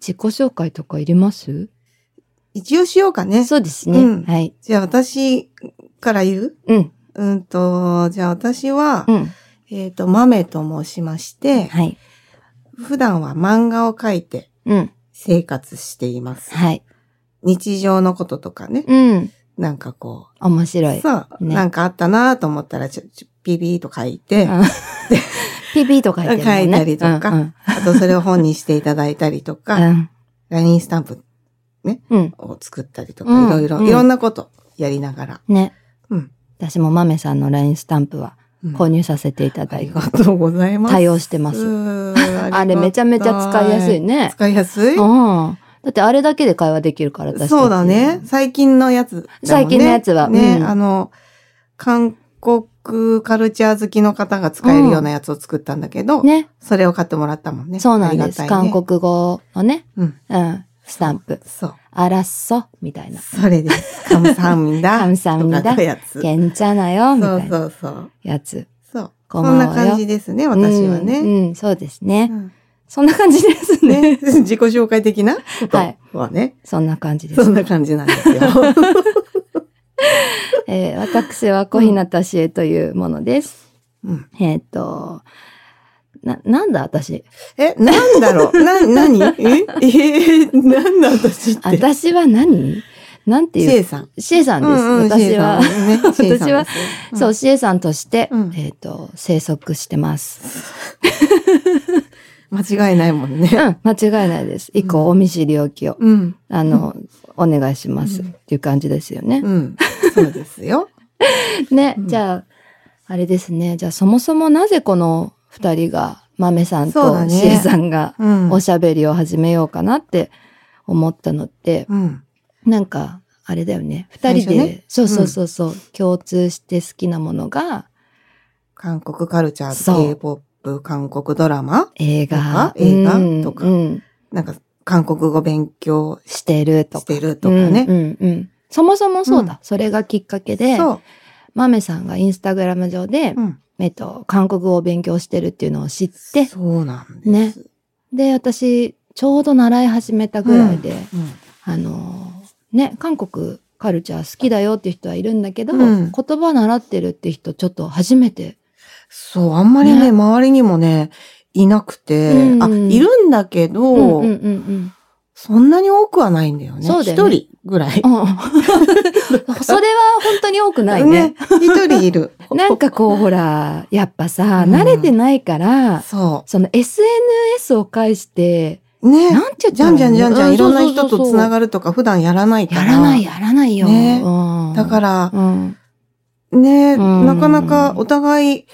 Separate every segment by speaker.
Speaker 1: 自己紹介とかいります
Speaker 2: 一応しようかね。
Speaker 1: そうですね。
Speaker 2: うん
Speaker 1: はい。
Speaker 2: じゃあ私から言う
Speaker 1: うん。
Speaker 2: うんと、じゃあ私は、
Speaker 1: うん。
Speaker 2: えっ、と、豆と申しまして、
Speaker 1: はい。
Speaker 2: 普段は漫画を描いて
Speaker 1: うん。
Speaker 2: 生活しています。
Speaker 1: はい。
Speaker 2: 日常のこととかね、
Speaker 1: うん。
Speaker 2: なんかこ
Speaker 1: 面白
Speaker 2: う、
Speaker 1: い。
Speaker 2: さあ、
Speaker 1: ね
Speaker 2: なんかあったなと思ったらちょ、ちょピピーと書いて、
Speaker 1: うん PB とか書いてるもんね。
Speaker 2: 書いたりとか
Speaker 1: うん
Speaker 2: あとそれを本にしていただいたりと
Speaker 1: う
Speaker 2: か、
Speaker 1: ん。
Speaker 2: LINE スタンプ
Speaker 1: うん。
Speaker 2: を作ったりとか、
Speaker 1: うん
Speaker 2: いろいろ、
Speaker 1: うん
Speaker 2: いろんなことやりながら。
Speaker 1: うんね。
Speaker 2: うん。
Speaker 1: 私も豆さんの LINE スタンプは
Speaker 2: うん
Speaker 1: 購入させていただ
Speaker 2: あ
Speaker 1: い
Speaker 2: り
Speaker 1: て
Speaker 2: がとうございます。
Speaker 1: 対応してます。
Speaker 2: うーん
Speaker 1: あれめちゃめちゃ使いやすい。
Speaker 2: ありがたい
Speaker 1: ね。
Speaker 2: 使いやすい
Speaker 1: うん。だってあれだけで会話できるから私たち
Speaker 2: そうだね。。最近のやつだもんね、
Speaker 1: 最近のやつは
Speaker 2: ね、
Speaker 1: うん
Speaker 2: あの、韓国カルチャー好きの方が使えるようなやつを作ったんだけど、
Speaker 1: ね。
Speaker 2: それを買ってもらったもんね。
Speaker 1: そうなんです。
Speaker 2: ありがたい
Speaker 1: 韓
Speaker 2: ね。
Speaker 1: 国語のね。
Speaker 2: うん。
Speaker 1: うん。スタンプ。
Speaker 2: そう。
Speaker 1: あらっそ、みたいな。
Speaker 2: それです。カムサハミダ。
Speaker 1: カムサハミダ
Speaker 2: とかのやつ。
Speaker 1: けんちゃなよ、み
Speaker 2: そ
Speaker 1: た
Speaker 2: う
Speaker 1: いな
Speaker 2: そうそう。
Speaker 1: やつ。
Speaker 2: そう。
Speaker 1: こん
Speaker 2: こ
Speaker 1: ばん
Speaker 2: ん
Speaker 1: は
Speaker 2: な感じですね、私は
Speaker 1: う
Speaker 2: ね。
Speaker 1: ん、うんそうですね。
Speaker 2: うん
Speaker 1: そんな感じですね。
Speaker 2: ね、自己紹介的なことはね、
Speaker 1: そんな感じで
Speaker 2: そ
Speaker 1: す
Speaker 2: ん。な感じな んですよ。
Speaker 1: えー私は小日向しえというものです。
Speaker 2: うん
Speaker 1: えっ、と、な、なんだ私
Speaker 2: え、なんだ ろうな、なに え、えー、なんだ私って。
Speaker 1: 私は何なんて
Speaker 2: シ
Speaker 1: い
Speaker 2: ェ
Speaker 1: う
Speaker 2: イさん。
Speaker 1: しえさんです。私は、
Speaker 2: シェイさんね、シェイさん
Speaker 1: 私は
Speaker 2: ですよ
Speaker 1: そう、しえさんとして、
Speaker 2: うん
Speaker 1: えっ、と、生息してます。
Speaker 2: うん間違いないもん
Speaker 1: う
Speaker 2: ね。
Speaker 1: ん、間違いないです。以降、お見知りおきを、
Speaker 2: うん。
Speaker 1: あの、お願いします。っていう感じですよね。
Speaker 2: うん。そうですよ。
Speaker 1: ね、
Speaker 2: うん
Speaker 1: じゃあ、あれですね。じゃあ、そもそもなぜこの二人が、豆さん
Speaker 2: そうだ
Speaker 1: と
Speaker 2: ね
Speaker 1: しえさんが
Speaker 2: うん。
Speaker 1: おしゃべりを始めようかなって思ったのって、
Speaker 2: うん。
Speaker 1: なんか、あれだよね。二人で、
Speaker 2: 最初ね
Speaker 1: そうそうそうそう、共通して好きなものが、
Speaker 2: 韓国カルチャ
Speaker 1: そ
Speaker 2: ー、
Speaker 1: う
Speaker 2: K-POP、韓国ドラマ、
Speaker 1: 映画、
Speaker 2: とか映画
Speaker 1: うん
Speaker 2: とか
Speaker 1: うん
Speaker 2: なんか、韓国語勉強
Speaker 1: してると
Speaker 2: し
Speaker 1: か。
Speaker 2: てるとか
Speaker 1: う
Speaker 2: ね。
Speaker 1: んうんうんそもそもそうだ、
Speaker 2: う
Speaker 1: それがきっかけで、
Speaker 2: そう。
Speaker 1: マメさんがインスタグラム上で、
Speaker 2: うん。
Speaker 1: えっと、韓国語を勉強してるっていうのを知って、
Speaker 2: そうなんです。
Speaker 1: ねで、私、ちょうど習い始めたぐらいで、
Speaker 2: う
Speaker 1: あのーね、韓国カルチャー好きだよっていう人はいるんだけど、
Speaker 2: うん
Speaker 1: 言葉習ってるって人ちょっと初めて。
Speaker 2: そう、あんまり
Speaker 1: ね
Speaker 2: ね、周りにもね、いなくて
Speaker 1: う、ん
Speaker 2: あ、いるんだけど
Speaker 1: うんう、んうん
Speaker 2: そんなに多くはないんだよね。
Speaker 1: そうだよ
Speaker 2: 一
Speaker 1: ね
Speaker 2: 人ぐらい。
Speaker 1: うん。うん それは本当に多くないね。。
Speaker 2: 一人いる。
Speaker 1: なんかこうほら、やっぱさ、
Speaker 2: うん
Speaker 1: 慣れてないから、
Speaker 2: そ
Speaker 1: その SNS を介して、
Speaker 2: う。ね。
Speaker 1: なんて言っ
Speaker 2: じ
Speaker 1: た
Speaker 2: ゃ
Speaker 1: ら
Speaker 2: んじゃんじゃんじゃん、いろんな人
Speaker 1: そうそうそう
Speaker 2: と
Speaker 1: そう
Speaker 2: つながるとか普段やらないから。
Speaker 1: やらない、やらないよ。
Speaker 2: ね
Speaker 1: うん
Speaker 2: だから、
Speaker 1: うん。
Speaker 2: ね、
Speaker 1: うん
Speaker 2: なかなかお互い、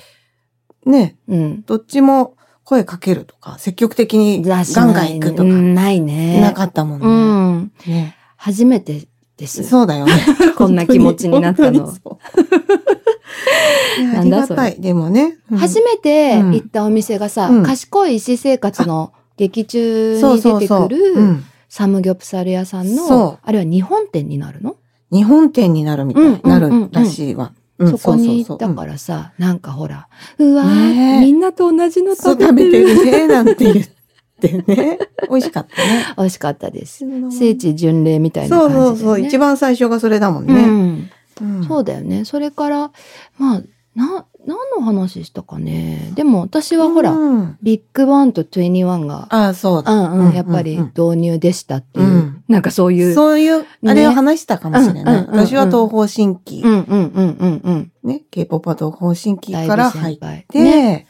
Speaker 2: ね、
Speaker 1: うん。
Speaker 2: どっちも声かけるとか、積極的にガ
Speaker 1: だ
Speaker 2: ン
Speaker 1: し
Speaker 2: ガン行くと
Speaker 1: ない、
Speaker 2: か
Speaker 1: ないね。
Speaker 2: なかったも
Speaker 1: うんん。
Speaker 2: ね。ね
Speaker 1: 初めてです。。
Speaker 2: そうだよね
Speaker 1: こんな気持ちになったの
Speaker 2: 本 当に。本当にそういや
Speaker 1: な
Speaker 2: あ
Speaker 1: ん
Speaker 2: り
Speaker 1: だ
Speaker 2: が
Speaker 1: それ
Speaker 2: たい。でもね。うん
Speaker 1: 初めて行ったお店がさ、
Speaker 2: うん
Speaker 1: 賢い私生活の劇中
Speaker 2: そう
Speaker 1: に
Speaker 2: そ
Speaker 1: 出
Speaker 2: う
Speaker 1: て
Speaker 2: そう
Speaker 1: く
Speaker 2: う
Speaker 1: る
Speaker 2: ん
Speaker 1: サムギョプサル屋さん
Speaker 2: そう
Speaker 1: の、あれは日本店になるの、
Speaker 2: 日本店になるみたい、
Speaker 1: うんうんうん
Speaker 2: なるらしいわ。うん
Speaker 1: そこに行
Speaker 2: そ
Speaker 1: っ
Speaker 2: うそう
Speaker 1: た
Speaker 2: そう
Speaker 1: からさ、なんかほら、うわー、
Speaker 2: ねえ
Speaker 1: みんなと同じの
Speaker 2: そう
Speaker 1: 食
Speaker 2: 食
Speaker 1: べ
Speaker 2: べ
Speaker 1: てる。
Speaker 2: てるね、なんて言ってね。 美味しかったね。
Speaker 1: 美味しかったです。聖地巡礼みたいな感
Speaker 2: そう
Speaker 1: じで、ね。
Speaker 2: そうそう、一番最初がそれだもんね。
Speaker 1: うん
Speaker 2: うん
Speaker 1: そうだよね。それから、まあ、な、何の話したかね。でも私はほら、
Speaker 2: うん
Speaker 1: ビッグバンと21が
Speaker 2: ああ、そう
Speaker 1: う
Speaker 2: だ。
Speaker 1: ん
Speaker 2: う
Speaker 1: うん、
Speaker 2: ん
Speaker 1: やっぱり
Speaker 2: うん
Speaker 1: 導入でしたっていう、
Speaker 2: うん
Speaker 1: なんかそういう。
Speaker 2: そういう、あれを
Speaker 1: ね
Speaker 2: 話したかもしれない。
Speaker 1: うんうんうんうん
Speaker 2: 私は東方神起、
Speaker 1: うんうんうんうんうん。
Speaker 2: ね、K-POP は東方神起
Speaker 1: だい
Speaker 2: か
Speaker 1: ぶ
Speaker 2: ら入っ
Speaker 1: 先輩。
Speaker 2: て、
Speaker 1: ね、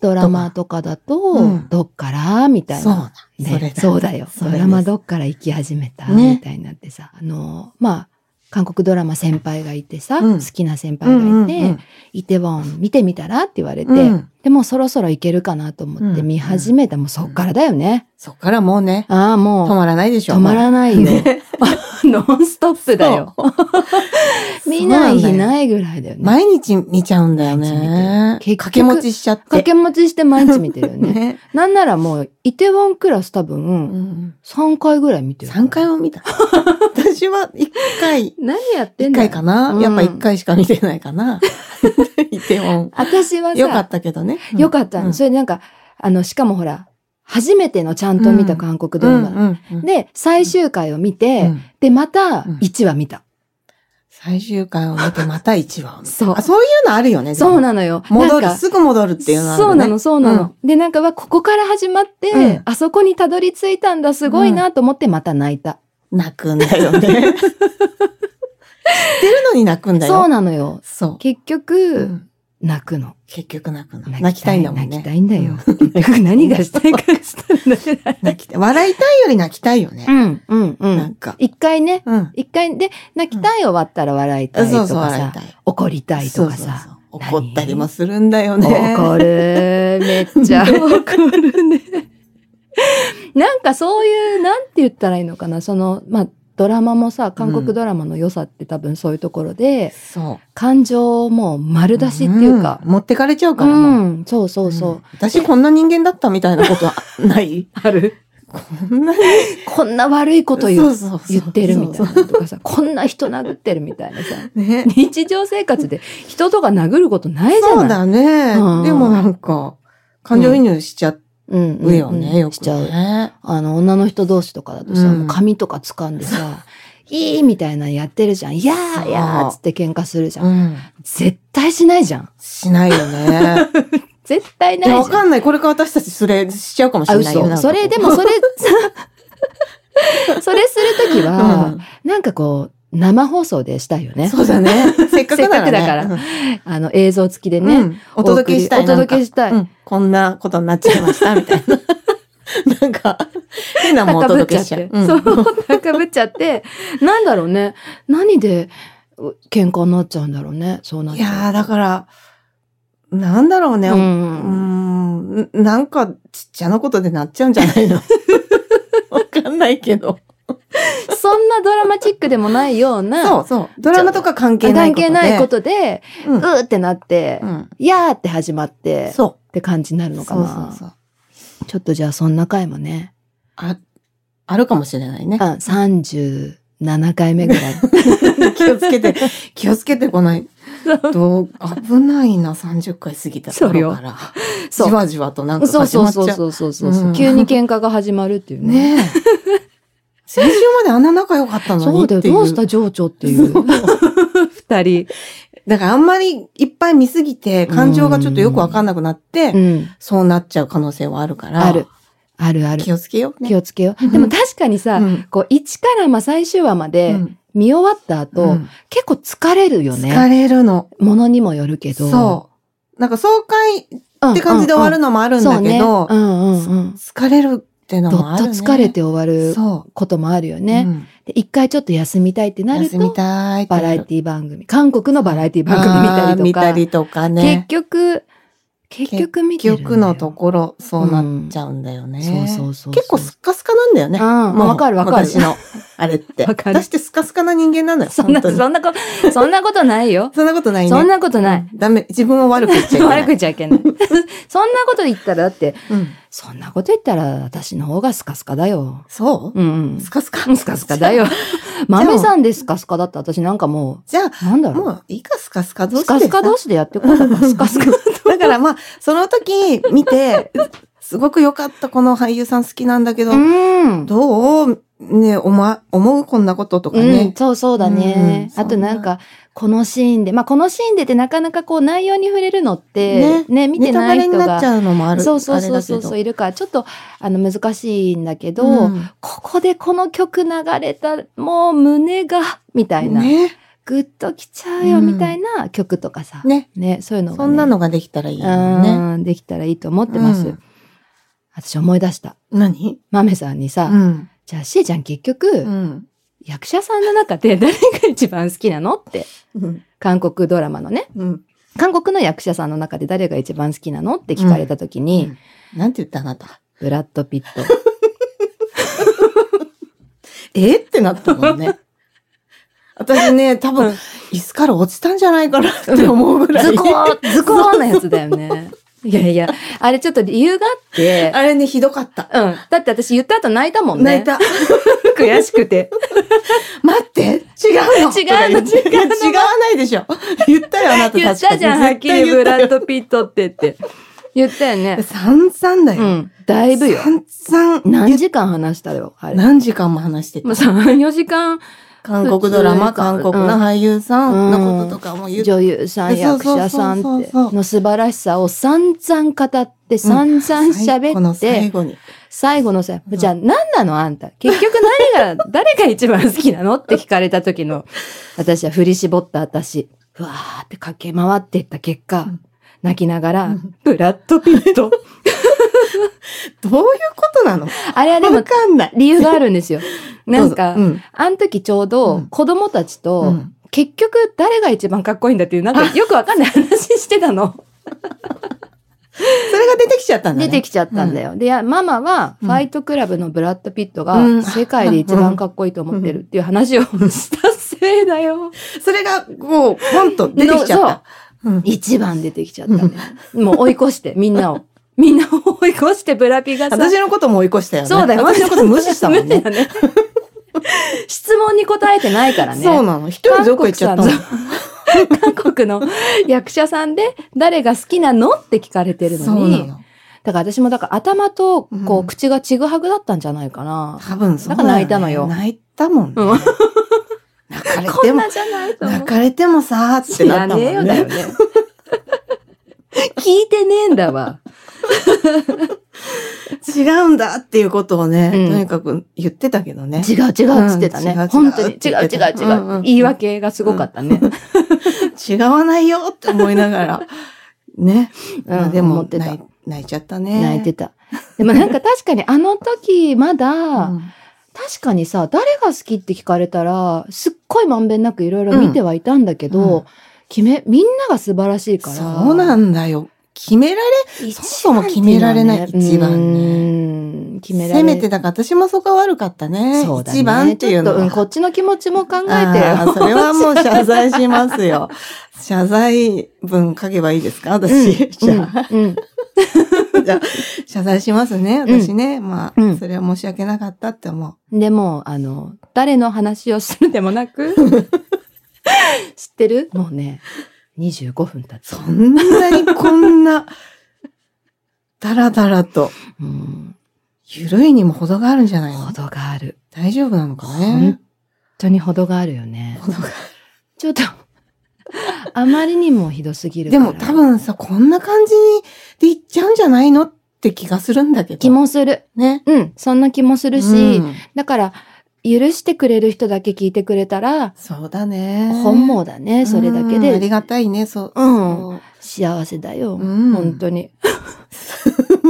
Speaker 1: ドラマとかだと、
Speaker 2: うん
Speaker 1: どっからみたい
Speaker 2: そう
Speaker 1: な。
Speaker 2: だ、それ
Speaker 1: ね、
Speaker 2: だ。
Speaker 1: そうだよ。
Speaker 2: そ
Speaker 1: ド
Speaker 2: れです
Speaker 1: ラマどっから行き始めた、
Speaker 2: ね
Speaker 1: みたいになってさ。あのー、まあ、韓国ドラマ先輩がいてさ、
Speaker 2: うん
Speaker 1: 好きな先
Speaker 2: う
Speaker 1: 輩が
Speaker 2: んう
Speaker 1: い
Speaker 2: ん
Speaker 1: て、
Speaker 2: うん
Speaker 1: イテウォン見てみたらって言われて、
Speaker 2: うん
Speaker 1: でもうそろそろ行けるかなと思って
Speaker 2: うん
Speaker 1: 見始めた、もうそっからだよね。
Speaker 2: そっからもうね、
Speaker 1: ああ、
Speaker 2: 止
Speaker 1: も
Speaker 2: まらないでし
Speaker 1: う
Speaker 2: ょ。
Speaker 1: 止まらないよ。
Speaker 2: ね
Speaker 1: ノンストップだよ。
Speaker 2: そう。
Speaker 1: 見ない
Speaker 2: そう
Speaker 1: 日
Speaker 2: んだよ
Speaker 1: ないぐらいだよね。
Speaker 2: 毎日見ちゃうんだよ
Speaker 1: 毎日見てる
Speaker 2: ね。
Speaker 1: 結局
Speaker 2: 掛け持ちしちゃって。
Speaker 1: 掛け持ちして毎日見てるよね。
Speaker 2: ね。
Speaker 1: なんならもう、イテウォンクラス多分、3回ぐらい見てる。
Speaker 2: 3回 も見た。私は1回、
Speaker 1: 何やってん
Speaker 2: 1
Speaker 1: だよ
Speaker 2: 回かな、
Speaker 1: うん
Speaker 2: やっぱ1回しか見てない かな。イテウォン。
Speaker 1: 私はさ、
Speaker 2: よかったけどね。
Speaker 1: よかったの
Speaker 2: うん
Speaker 1: それなんか、あの、しかもほら、初めてのちゃんと見た韓国ドラマ。
Speaker 2: うんうんうん
Speaker 1: で、最終回を見て、
Speaker 2: うん
Speaker 1: で、また
Speaker 2: うん
Speaker 1: 1話見た。
Speaker 2: 最終回を見てまた1話を見た
Speaker 1: そう
Speaker 2: あ、そういうのあるよね。でも
Speaker 1: そうなのよ。
Speaker 2: 戻る、
Speaker 1: なんか
Speaker 2: すぐ戻るっていうのは、ね。
Speaker 1: そうなの、そうなの。で、なんかは、ここから始まって、
Speaker 2: うん
Speaker 1: あそこにたどり着いたんだ、すごいなと思って、また泣いた。
Speaker 2: 泣くんだ よね。出るのに泣くんだよ。
Speaker 1: そうなのよ。
Speaker 2: そう。
Speaker 1: 結局、
Speaker 2: うん
Speaker 1: 泣くの。
Speaker 2: 結局泣くの。
Speaker 1: 泣きたい
Speaker 2: 泣きたいんだもんね。
Speaker 1: 泣きたいんだよ。結局何がしたいかしたんだよ。
Speaker 2: 泣きたい。笑いたいより泣きたいよね
Speaker 1: う。ん、うん、う
Speaker 2: なん
Speaker 1: ん。
Speaker 2: か。
Speaker 1: 一回ね、
Speaker 2: うん。
Speaker 1: 一回、で、泣きたい終わったら笑いたいと
Speaker 2: そ
Speaker 1: か
Speaker 2: うそう、笑い
Speaker 1: さ
Speaker 2: た、い。
Speaker 1: 怒りたいとかさ。
Speaker 2: そうそうそう
Speaker 1: 何
Speaker 2: 怒ったりもするんだよね。
Speaker 1: 怒る。めっ ちゃ怒るね。なんかそういう、なんて言ったらいいのかな。その、まあ、ドラマもさ、韓国ドラマの良さって多分そういうところで、
Speaker 2: そう。
Speaker 1: 感情をもう丸出しっていうか
Speaker 2: ん。持ってかれちゃう
Speaker 1: う
Speaker 2: からもう。
Speaker 1: ん、そうそうそう。
Speaker 2: ん私こんな人間だったみたいなことはない
Speaker 1: ある
Speaker 2: こんなに
Speaker 1: こんな悪いこと言う
Speaker 2: そうそうそう
Speaker 1: 言ってるみたいな
Speaker 2: そ
Speaker 1: とかさ、こんな人殴ってるみたいなさ。
Speaker 2: うね。
Speaker 1: 日常生活で人とか殴ることないじゃない
Speaker 2: そうだね。
Speaker 1: うん
Speaker 2: でもなんか、感情移入しちゃ
Speaker 1: うんうん
Speaker 2: うよ
Speaker 1: うん
Speaker 2: ね、よくね。
Speaker 1: しちゃう。
Speaker 2: ね。
Speaker 1: あの、女の人同士とかだとさ、
Speaker 2: うん
Speaker 1: もう髪とか掴んで さ、いいみたいなのやってるじゃん。いや
Speaker 2: そ
Speaker 1: ー
Speaker 2: う
Speaker 1: いやーっつって喧嘩するじゃん。
Speaker 2: うん。
Speaker 1: 絶対しないじゃん。
Speaker 2: しないよね。
Speaker 1: 絶対
Speaker 2: いや、
Speaker 1: ない
Speaker 2: わ
Speaker 1: じゃん。
Speaker 2: かんない。これから私たちそれしちゃうかもし
Speaker 1: あ、
Speaker 2: れないよ。
Speaker 1: 嘘。それ、でもそれ、 それするとき
Speaker 2: は、
Speaker 1: は、なんかこう、生放送でしたいよ
Speaker 2: うん
Speaker 1: ね。
Speaker 2: そう だね。せっかくな
Speaker 1: せ
Speaker 2: らね。
Speaker 1: っかくだあの、映像付きで
Speaker 2: うん。う
Speaker 1: ね。
Speaker 2: んお届けした
Speaker 1: お
Speaker 2: い。
Speaker 1: 届けしたい
Speaker 2: なんかうんこんなことになっちゃい ました、みたいな。なんか、変なもんお
Speaker 1: 高ぶっち
Speaker 2: 届け
Speaker 1: ゃっ
Speaker 2: しちゃ
Speaker 1: て
Speaker 2: う。。うん
Speaker 1: そう、高ぶっちゃって、なんだろうね。何でう喧嘩になっちゃうんだろうね。そうなっ
Speaker 2: い
Speaker 1: ちゃ
Speaker 2: やー、だから、なんだろうね。
Speaker 1: う。
Speaker 2: う
Speaker 1: うん。
Speaker 2: ーん、んなんか、ちっちゃなことでなっちゃうんじゃな いのわかんないけど。
Speaker 1: そんなドラマチックでもないような、
Speaker 2: そうそう。ドラマとか関係ない
Speaker 1: 関係
Speaker 2: ことで。
Speaker 1: ないことで、
Speaker 2: う
Speaker 1: うんーってなって、
Speaker 2: うん。
Speaker 1: いやーって始まって、っ
Speaker 2: そう。
Speaker 1: て感じになるのか
Speaker 2: そう
Speaker 1: な。
Speaker 2: そうそう。
Speaker 1: ちょっとじゃあそんな回もね、
Speaker 2: あ、あるかもしれないね。
Speaker 1: あ37回目ぐ らい。
Speaker 2: 気をつけて、気をつけてこないと、危ないな、30回過ぎた
Speaker 1: そうよ
Speaker 2: 頃から。
Speaker 1: そう
Speaker 2: じわじわとなんか
Speaker 1: そう
Speaker 2: 始
Speaker 1: そ
Speaker 2: ま
Speaker 1: う
Speaker 2: っち
Speaker 1: そう
Speaker 2: ゃう。
Speaker 1: そうそうそうそう、
Speaker 2: うん
Speaker 1: 急に喧嘩が始まるっていうね。
Speaker 2: ねえ。先週まであんな仲良かったの
Speaker 1: そ
Speaker 2: にっ
Speaker 1: う
Speaker 2: て
Speaker 1: だ
Speaker 2: い
Speaker 1: よ。
Speaker 2: う。
Speaker 1: どうした情緒っていう。二人。
Speaker 2: だからあんまりいっぱい見すぎて、感情がちょっとよくわかんなくなって、
Speaker 1: うん。
Speaker 2: そうなっちゃう可能性はあるから。
Speaker 1: ある。あるある。
Speaker 2: 気をつけようね。
Speaker 1: 気をつけよう。でも確かにさ、
Speaker 2: うん
Speaker 1: こう、1からまあ最終話ま
Speaker 2: う
Speaker 1: で
Speaker 2: ん
Speaker 1: 見終わった後、
Speaker 2: うん
Speaker 1: 結構疲れるよね。
Speaker 2: 疲れるの。
Speaker 1: ものにもよるけど。
Speaker 2: そう。なんか爽快っ
Speaker 1: うん。
Speaker 2: て感じで終わるのもあ
Speaker 1: う
Speaker 2: る
Speaker 1: ん
Speaker 2: んだけど
Speaker 1: う、んうんうんうん。
Speaker 2: 疲れるっての
Speaker 1: ど
Speaker 2: も
Speaker 1: っ
Speaker 2: あ
Speaker 1: と
Speaker 2: るね。
Speaker 1: 疲れて終わる
Speaker 2: そ
Speaker 1: こともあるよ
Speaker 2: う。う
Speaker 1: ね。
Speaker 2: ん
Speaker 1: で一回ちょっと休みたいってなる
Speaker 2: 休み
Speaker 1: と、
Speaker 2: たいってな
Speaker 1: バ
Speaker 2: る。
Speaker 1: ラエティ番組、韓国のバラエティ番組見たりと
Speaker 2: あー
Speaker 1: か。
Speaker 2: 見たりとかね
Speaker 1: 結。局、結局見て
Speaker 2: 記
Speaker 1: るんだよ。
Speaker 2: 憶のところ、そうなっちゃうんだよね。
Speaker 1: そうそうそうそう。
Speaker 2: 結構スッカスカなんだよね。
Speaker 1: うん
Speaker 2: もう
Speaker 1: わかるわかる
Speaker 2: 私の、あれって。
Speaker 1: わかる
Speaker 2: 私ってスカスカな人間なの よ。
Speaker 1: そんな、
Speaker 2: 本当に
Speaker 1: そんなこと、そんなことないよ。
Speaker 2: そんなことないね。
Speaker 1: そんなことない。
Speaker 2: うん。ダメ。自分を悪く言っちゃいけない。
Speaker 1: 悪く言っちゃいけ ない。そんなこと言ったら、だって、
Speaker 2: うん。
Speaker 1: そんなこと言ったら私の方がスカスカだよ。
Speaker 2: そう、
Speaker 1: うん
Speaker 2: スカス
Speaker 1: う
Speaker 2: カ
Speaker 1: ん。スカスカだ。 よ。豆さんでスカスカだった私なんかも
Speaker 2: じゃあ、
Speaker 1: う、なんだ
Speaker 2: じゃあも
Speaker 1: ろう。
Speaker 2: ういいか、スカスカ同士
Speaker 1: ス
Speaker 2: でさ
Speaker 1: カスカ同士でやってこうだから スカスカ。
Speaker 2: だからまあ、その時見て、すごく良かった、この俳優さん好きなんだけど、
Speaker 1: うん。
Speaker 2: どうね、おま、思うこんなこととか
Speaker 1: うん
Speaker 2: ね、。
Speaker 1: そうそうだね。
Speaker 2: うん
Speaker 1: あとなんか、このシーンで、まあこのシーンでってなかなかこう内容に触れるのって、ね
Speaker 2: ね、
Speaker 1: 見
Speaker 2: ネ
Speaker 1: て
Speaker 2: タバ
Speaker 1: ない
Speaker 2: レ
Speaker 1: 人
Speaker 2: になっ
Speaker 1: が
Speaker 2: ち。ゃうのもある。
Speaker 1: そうそうそう
Speaker 2: あ
Speaker 1: そう
Speaker 2: れだ
Speaker 1: そう
Speaker 2: け
Speaker 1: いるから、ちょっとあの難しいんだけど、
Speaker 2: ど
Speaker 1: ここでこの曲流れた、もう胸が、みたいな、
Speaker 2: ね。
Speaker 1: グッときちゃうよ、
Speaker 2: うん
Speaker 1: みたいな曲とかさ。ね。
Speaker 2: ね。
Speaker 1: そういうのが、ね。
Speaker 2: そんなのができたらいいよね。
Speaker 1: うん、できたらいいと思ってます。
Speaker 2: うん
Speaker 1: 私思い出した。
Speaker 2: 何
Speaker 1: マメさんにさ、
Speaker 2: うん。
Speaker 1: じゃあ、しーちゃん結局、
Speaker 2: うん。
Speaker 1: 役者さんの中で誰が一番好きなのって、
Speaker 2: うん。
Speaker 1: 韓国ドラマのね、
Speaker 2: うん。
Speaker 1: 韓国の役者さんの中で誰が一番好きなのって聞かれた時に、
Speaker 2: うんなんて言ったあなた。
Speaker 1: ブラッド・ピット。
Speaker 2: えってなったもんね。 私ね、多分、椅子から落ちたんじゃないかなって思うぐらい。
Speaker 1: ズコー、ズコーなやつだよ ね。いやいや、あれちょっと理由があって、
Speaker 2: あれね、ひどかった。
Speaker 1: うん。だって私言った後泣いたもんね。
Speaker 2: 泣い。た。
Speaker 1: 悔しくて。
Speaker 2: 待って違うの
Speaker 1: 違うの
Speaker 2: とか言
Speaker 1: 違うの
Speaker 2: って違わないでしょ言ったよ、あな た確か
Speaker 1: 言
Speaker 2: に
Speaker 1: ったじゃん、はっきりブラッド・ピットってって。言ったよね。
Speaker 2: 散々だ
Speaker 1: う
Speaker 2: よ。
Speaker 1: ん。だいぶよ。
Speaker 2: 散々。
Speaker 1: 何時間話したよ、あれ。
Speaker 2: 何時間も話してた
Speaker 1: まあ、。3、4時間、
Speaker 2: 韓国ドラマ、
Speaker 1: 普通に
Speaker 2: 韓国の俳優さんのこととかも言って。
Speaker 1: 女優さん、
Speaker 2: えそう
Speaker 1: 役
Speaker 2: そう
Speaker 1: 者さん
Speaker 2: そう
Speaker 1: っ
Speaker 2: そう
Speaker 1: て、
Speaker 2: そう
Speaker 1: の素晴らしさを散々語って、散々
Speaker 2: こ
Speaker 1: 喋
Speaker 2: の
Speaker 1: っ
Speaker 2: 最
Speaker 1: て、
Speaker 2: 後に。
Speaker 1: 最後のさ、
Speaker 2: うん
Speaker 1: じゃあ何なのあんた。結局何 が、誰が一番好きなのって聞かれた時の、私は振り絞った私、ふわーって駆け回っていった結果、
Speaker 2: うん
Speaker 1: 泣きながら、
Speaker 2: うん
Speaker 1: ブラッドピット。
Speaker 2: どういうことなの
Speaker 1: あれはでも
Speaker 2: わ、かんない。
Speaker 1: 理由があるんですよ。なんか、
Speaker 2: どうぞ
Speaker 1: あの時ちょう
Speaker 2: う
Speaker 1: ど
Speaker 2: ん
Speaker 1: 子供たちと、
Speaker 2: うんうん
Speaker 1: 結局誰が一番かっこいいんだっていう、なんかよくわかんない話してたの。
Speaker 2: それが出てきちゃったんだね。
Speaker 1: 出てきちゃったんだよ。で、いやママは、
Speaker 2: う
Speaker 1: フ
Speaker 2: ん
Speaker 1: ァイトクラブのブラッド・ピット
Speaker 2: う
Speaker 1: が
Speaker 2: ん
Speaker 1: 世界で一番かっこいいと思ってるっていう話をしたせいだよ。
Speaker 2: それが、こう、ポンと出てきちゃった。うん
Speaker 1: 一番出てきちゃったね。もう追い越して、みんなを。みんなを追い越して、ブラピがさ。
Speaker 2: 私のことも追い越したよね。
Speaker 1: そうだよ。
Speaker 2: 私のこと無視したもん
Speaker 1: 無視
Speaker 2: ね。
Speaker 1: だね 質問に答えてないからね。
Speaker 2: そうなの。一人でどこ行っちゃったの
Speaker 1: 韓 韓国の役者さんで誰が好きなのって聞かれてるの
Speaker 2: そうな
Speaker 1: に。
Speaker 2: の。
Speaker 1: だから私もだから頭とこ
Speaker 2: うん
Speaker 1: う口がちぐはぐだったんじゃないかな。
Speaker 2: 多分そう
Speaker 1: だか
Speaker 2: だよね
Speaker 1: ら泣いたのよ
Speaker 2: 泣いたもんね。
Speaker 1: うん
Speaker 2: 泣かれ
Speaker 1: こ
Speaker 2: て
Speaker 1: ん
Speaker 2: も
Speaker 1: な、じゃないと思
Speaker 2: 泣
Speaker 1: う。
Speaker 2: かれてもさーってなったも
Speaker 1: 知ら
Speaker 2: ん
Speaker 1: ねえよ
Speaker 2: ね。
Speaker 1: だよね。聞いてねえんだわ。
Speaker 2: 違うんだっていうことをね、
Speaker 1: うん
Speaker 2: とにかく言ってたけどね。
Speaker 1: 違う違うっつってたね。
Speaker 2: うん違う違う
Speaker 1: 本当に
Speaker 2: っ
Speaker 1: 違
Speaker 2: て
Speaker 1: う
Speaker 2: 言っ
Speaker 1: 違
Speaker 2: てた
Speaker 1: う違う。
Speaker 2: うんうん
Speaker 1: 言い訳がすごかったね。
Speaker 2: 違わないよって思いなが ら。ね。
Speaker 1: うん
Speaker 2: まあで
Speaker 1: 思
Speaker 2: も
Speaker 1: ってた
Speaker 2: 泣い、泣いちゃったね。
Speaker 1: 泣いてた。でもなんか確かにあの時まだ、
Speaker 2: うん
Speaker 1: 確かにさ、誰が好きって聞かれたら、すっごいまんべんなくいろいろ見てはいたんだけど、
Speaker 2: うんうん
Speaker 1: 決め、みんなが素晴らしいから。
Speaker 2: そうなんだよ。決められ、そもそも決められない一番
Speaker 1: ね。うん決められ
Speaker 2: せめて、だから私もそこ悪かったね。
Speaker 1: そうだね。
Speaker 2: 一番っていうの
Speaker 1: ちょっとんこ
Speaker 2: は。
Speaker 1: っちの気持ちも考えて
Speaker 2: あ
Speaker 1: よ。
Speaker 2: ーそれはもう謝罪しま すよ。謝罪文書けばいいですか私。じゃあ、
Speaker 1: うんうん
Speaker 2: じゃあ謝罪しますね。
Speaker 1: うん
Speaker 2: 私ね。ま
Speaker 1: う
Speaker 2: あ、
Speaker 1: ん
Speaker 2: それは申し訳なかったって思う。
Speaker 1: でも、あの、誰の話をするでもな く、知ってるもうね、25分経つ
Speaker 2: そ。んなにこん な、だらだらと、
Speaker 1: うん。
Speaker 2: ゆるいにも程があるんじゃないの
Speaker 1: ほどがある。
Speaker 2: 大丈夫なのか
Speaker 1: 本
Speaker 2: ね
Speaker 1: 当に程があるよね。
Speaker 2: 程が
Speaker 1: ちょっと、あまりにもひどすぎる
Speaker 2: で
Speaker 1: から。
Speaker 2: も多分さ、こんな感じでいっちゃうんじゃないのって気がするんだけど。
Speaker 1: 気もする。
Speaker 2: ね。
Speaker 1: うん、そんな気もするし、
Speaker 2: うん
Speaker 1: だから、許してくれる人だけ聞いてくれたら、
Speaker 2: そうだね。
Speaker 1: 本望だね、それだけ
Speaker 2: うんあ
Speaker 1: で。
Speaker 2: りがたいね、そう。
Speaker 1: うん
Speaker 2: そう
Speaker 1: 幸せだよ、
Speaker 2: うん
Speaker 1: 本当に。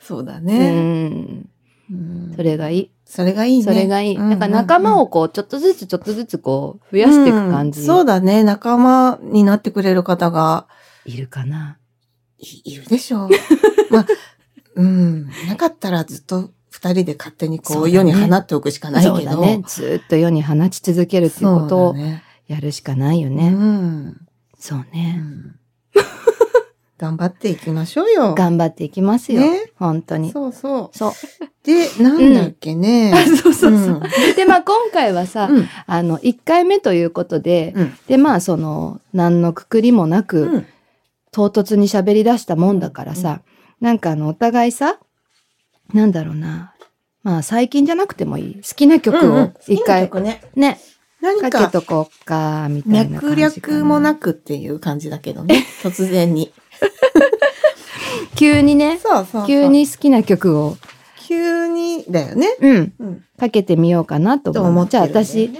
Speaker 2: そうだ
Speaker 1: う
Speaker 2: ね。
Speaker 1: ん、
Speaker 2: うん
Speaker 1: それがいい。
Speaker 2: それがいいね。
Speaker 1: それがいい。
Speaker 2: うん
Speaker 1: だから仲間をこう、ちょっとずつちょっとずつこう、増やしていく感
Speaker 2: う
Speaker 1: じ
Speaker 2: ん。そうだね。仲間になってくれる方が
Speaker 1: いるかな。
Speaker 2: いいるでし ょう。まあ、うん。なかったらずっと二人で勝手にこ
Speaker 1: そう
Speaker 2: う
Speaker 1: だね
Speaker 2: 世に放っておくしかないけど。
Speaker 1: そうだね。ずーっと世に放ち続けるっていうこと
Speaker 2: そう
Speaker 1: を
Speaker 2: だね。
Speaker 1: やるしかないよ
Speaker 2: う
Speaker 1: ね。
Speaker 2: ん。
Speaker 1: そう
Speaker 2: う
Speaker 1: ね。
Speaker 2: ん頑張っていきましょうよ。
Speaker 1: 頑張っていきますよ。
Speaker 2: ね
Speaker 1: 本当に。
Speaker 2: そうそう。
Speaker 1: そう。
Speaker 2: で、なんだっけね。
Speaker 1: あそうそうそう。
Speaker 2: ん
Speaker 1: で、まあ今回はさ、
Speaker 2: うん
Speaker 1: あの、1回目ということで、
Speaker 2: うん
Speaker 1: で、まあその、何のくくりもなく、
Speaker 2: うん
Speaker 1: 唐突に喋り出したもんだからさ、なんかあの、お互いさ、なんだろうな、まあ最近じゃなくてもいい。好きな曲
Speaker 2: うんう
Speaker 1: を
Speaker 2: ん
Speaker 1: 一
Speaker 2: 好
Speaker 1: 回、
Speaker 2: きな曲ね。
Speaker 1: ね、
Speaker 2: 何
Speaker 1: かけ
Speaker 2: か
Speaker 1: とこうか、みたいな感
Speaker 2: 脈
Speaker 1: じかな。
Speaker 2: 略もなくっていう感じだけ どね。突然に。
Speaker 1: 急にね、
Speaker 2: そうそうそう
Speaker 1: 急。に好きな曲を、
Speaker 2: 急にだよね。
Speaker 1: うん、
Speaker 2: うん。
Speaker 1: かけてみようかなと
Speaker 2: と
Speaker 1: 思
Speaker 2: 思
Speaker 1: う。
Speaker 2: っ
Speaker 1: じ
Speaker 2: て
Speaker 1: ゃあ
Speaker 2: るんだよね。
Speaker 1: 私、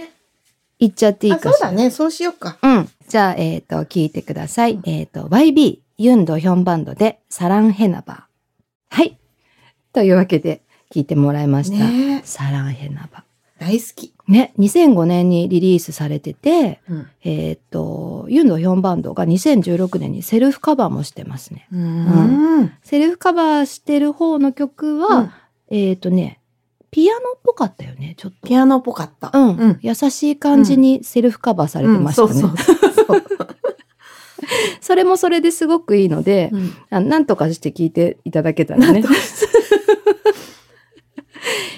Speaker 1: 行っちゃっていい
Speaker 2: あ、
Speaker 1: かしら
Speaker 2: そうだね。そうしようか。
Speaker 1: うん。じゃあ、えっ、と、聞いてください。えっ、と、YB、ユンドヒョンバンドで、サランヘナバー。はい。というわけで、聞いてもらいました。
Speaker 2: ね
Speaker 1: サランヘナバ
Speaker 2: 大好き。
Speaker 1: ー。ね、2005年にリリースされてて、
Speaker 2: うん。
Speaker 1: えっ、と、ユンドヒョンバンドが2016年にセルフカバーもしてますね。
Speaker 2: うん。
Speaker 1: セルフカバーしてる方の曲は、えっ、とね、ピアノっぽかったよね、ちょっと。
Speaker 2: ピアノっぽかった。
Speaker 1: うん、
Speaker 2: うん。
Speaker 1: 優しい感じにセルフカバーされてましたね。
Speaker 2: うんそうそうそう。
Speaker 1: それもそれですごくいいので、
Speaker 2: うん
Speaker 1: あなんとかして聞いていただけたらね。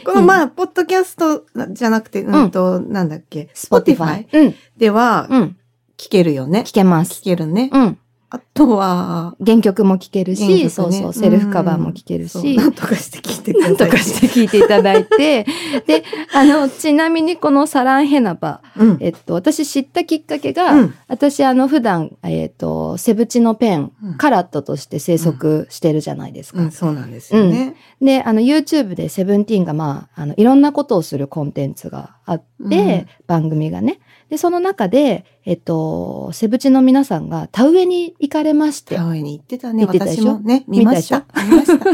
Speaker 2: この、まあ、ポッドキャストじゃなくて、うんと、なんだっけ、Spotify
Speaker 1: うん。
Speaker 2: では
Speaker 1: うん。
Speaker 2: 聞けるよね。
Speaker 1: 聞けます。
Speaker 2: 聞けるね。
Speaker 1: うん。
Speaker 2: あとは、
Speaker 1: 原曲も聴けるし、
Speaker 2: 原曲ね
Speaker 1: そうそう、セルフカバーも聴ける
Speaker 2: そう
Speaker 1: し、
Speaker 2: なんとかして聞いてく だ
Speaker 1: な
Speaker 2: さい。
Speaker 1: んとかして聴いていただい て、で、あの、ちなみにこのサランヘナバ、
Speaker 2: うん。
Speaker 1: えっと、私知ったきっかけが、
Speaker 2: うん
Speaker 1: 私あの、普段、えっと、セブチのペン、
Speaker 2: うん
Speaker 1: カラットとして生息してるじゃないですか。
Speaker 2: うん、そうなんですよね。
Speaker 1: で、あの、YouTube でセブンティーンが、まあ、あの、いろんなことをするコンテンツがあって、
Speaker 2: うん
Speaker 1: 番組がね。で、その中で、えっと、セブチの皆さんが田植えに行かれまして
Speaker 2: 田、植えに行ってたね。
Speaker 1: 行ってたでし
Speaker 2: 私
Speaker 1: ょ
Speaker 2: もね、見ました。見ました。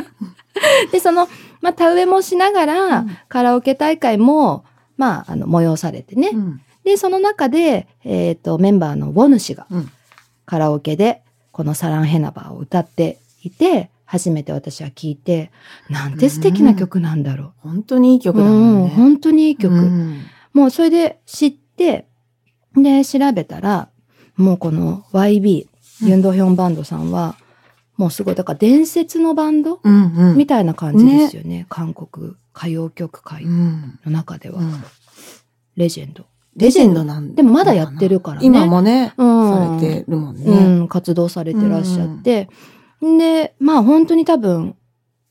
Speaker 1: で、その、まあ、田植えもしながら、
Speaker 2: うん
Speaker 1: カラオケ大会も、まあ、あの、催されてね。
Speaker 2: うん
Speaker 1: で、その中で、えっと、メンバーのウォヌ氏が
Speaker 2: うん、
Speaker 1: カラオケで、このサランヘナバーを歌っていて、初めて私は聞いて、なんて素敵な曲なんだろう。
Speaker 2: 本当にいい曲だもん
Speaker 1: うん
Speaker 2: ね。
Speaker 1: 本当にいい曲。
Speaker 2: うん
Speaker 1: もうそれで知って、で、調べたら、もうこの YB、
Speaker 2: うん
Speaker 1: ユンドヒョンバンドさんは、もうすごい、だから伝説のバンド
Speaker 2: うんうん。
Speaker 1: みたいな感じですよね。韓国歌謡曲界
Speaker 2: う
Speaker 1: の
Speaker 2: ん
Speaker 1: 中では、
Speaker 2: うん
Speaker 1: レジェンド。
Speaker 2: レジェンドなん
Speaker 1: でもまだやってるからね
Speaker 2: 今もね、
Speaker 1: う
Speaker 2: さ
Speaker 1: ん。
Speaker 2: れてるもんね。
Speaker 1: うん、活動されてらっしゃって。で、まあ本当に多分、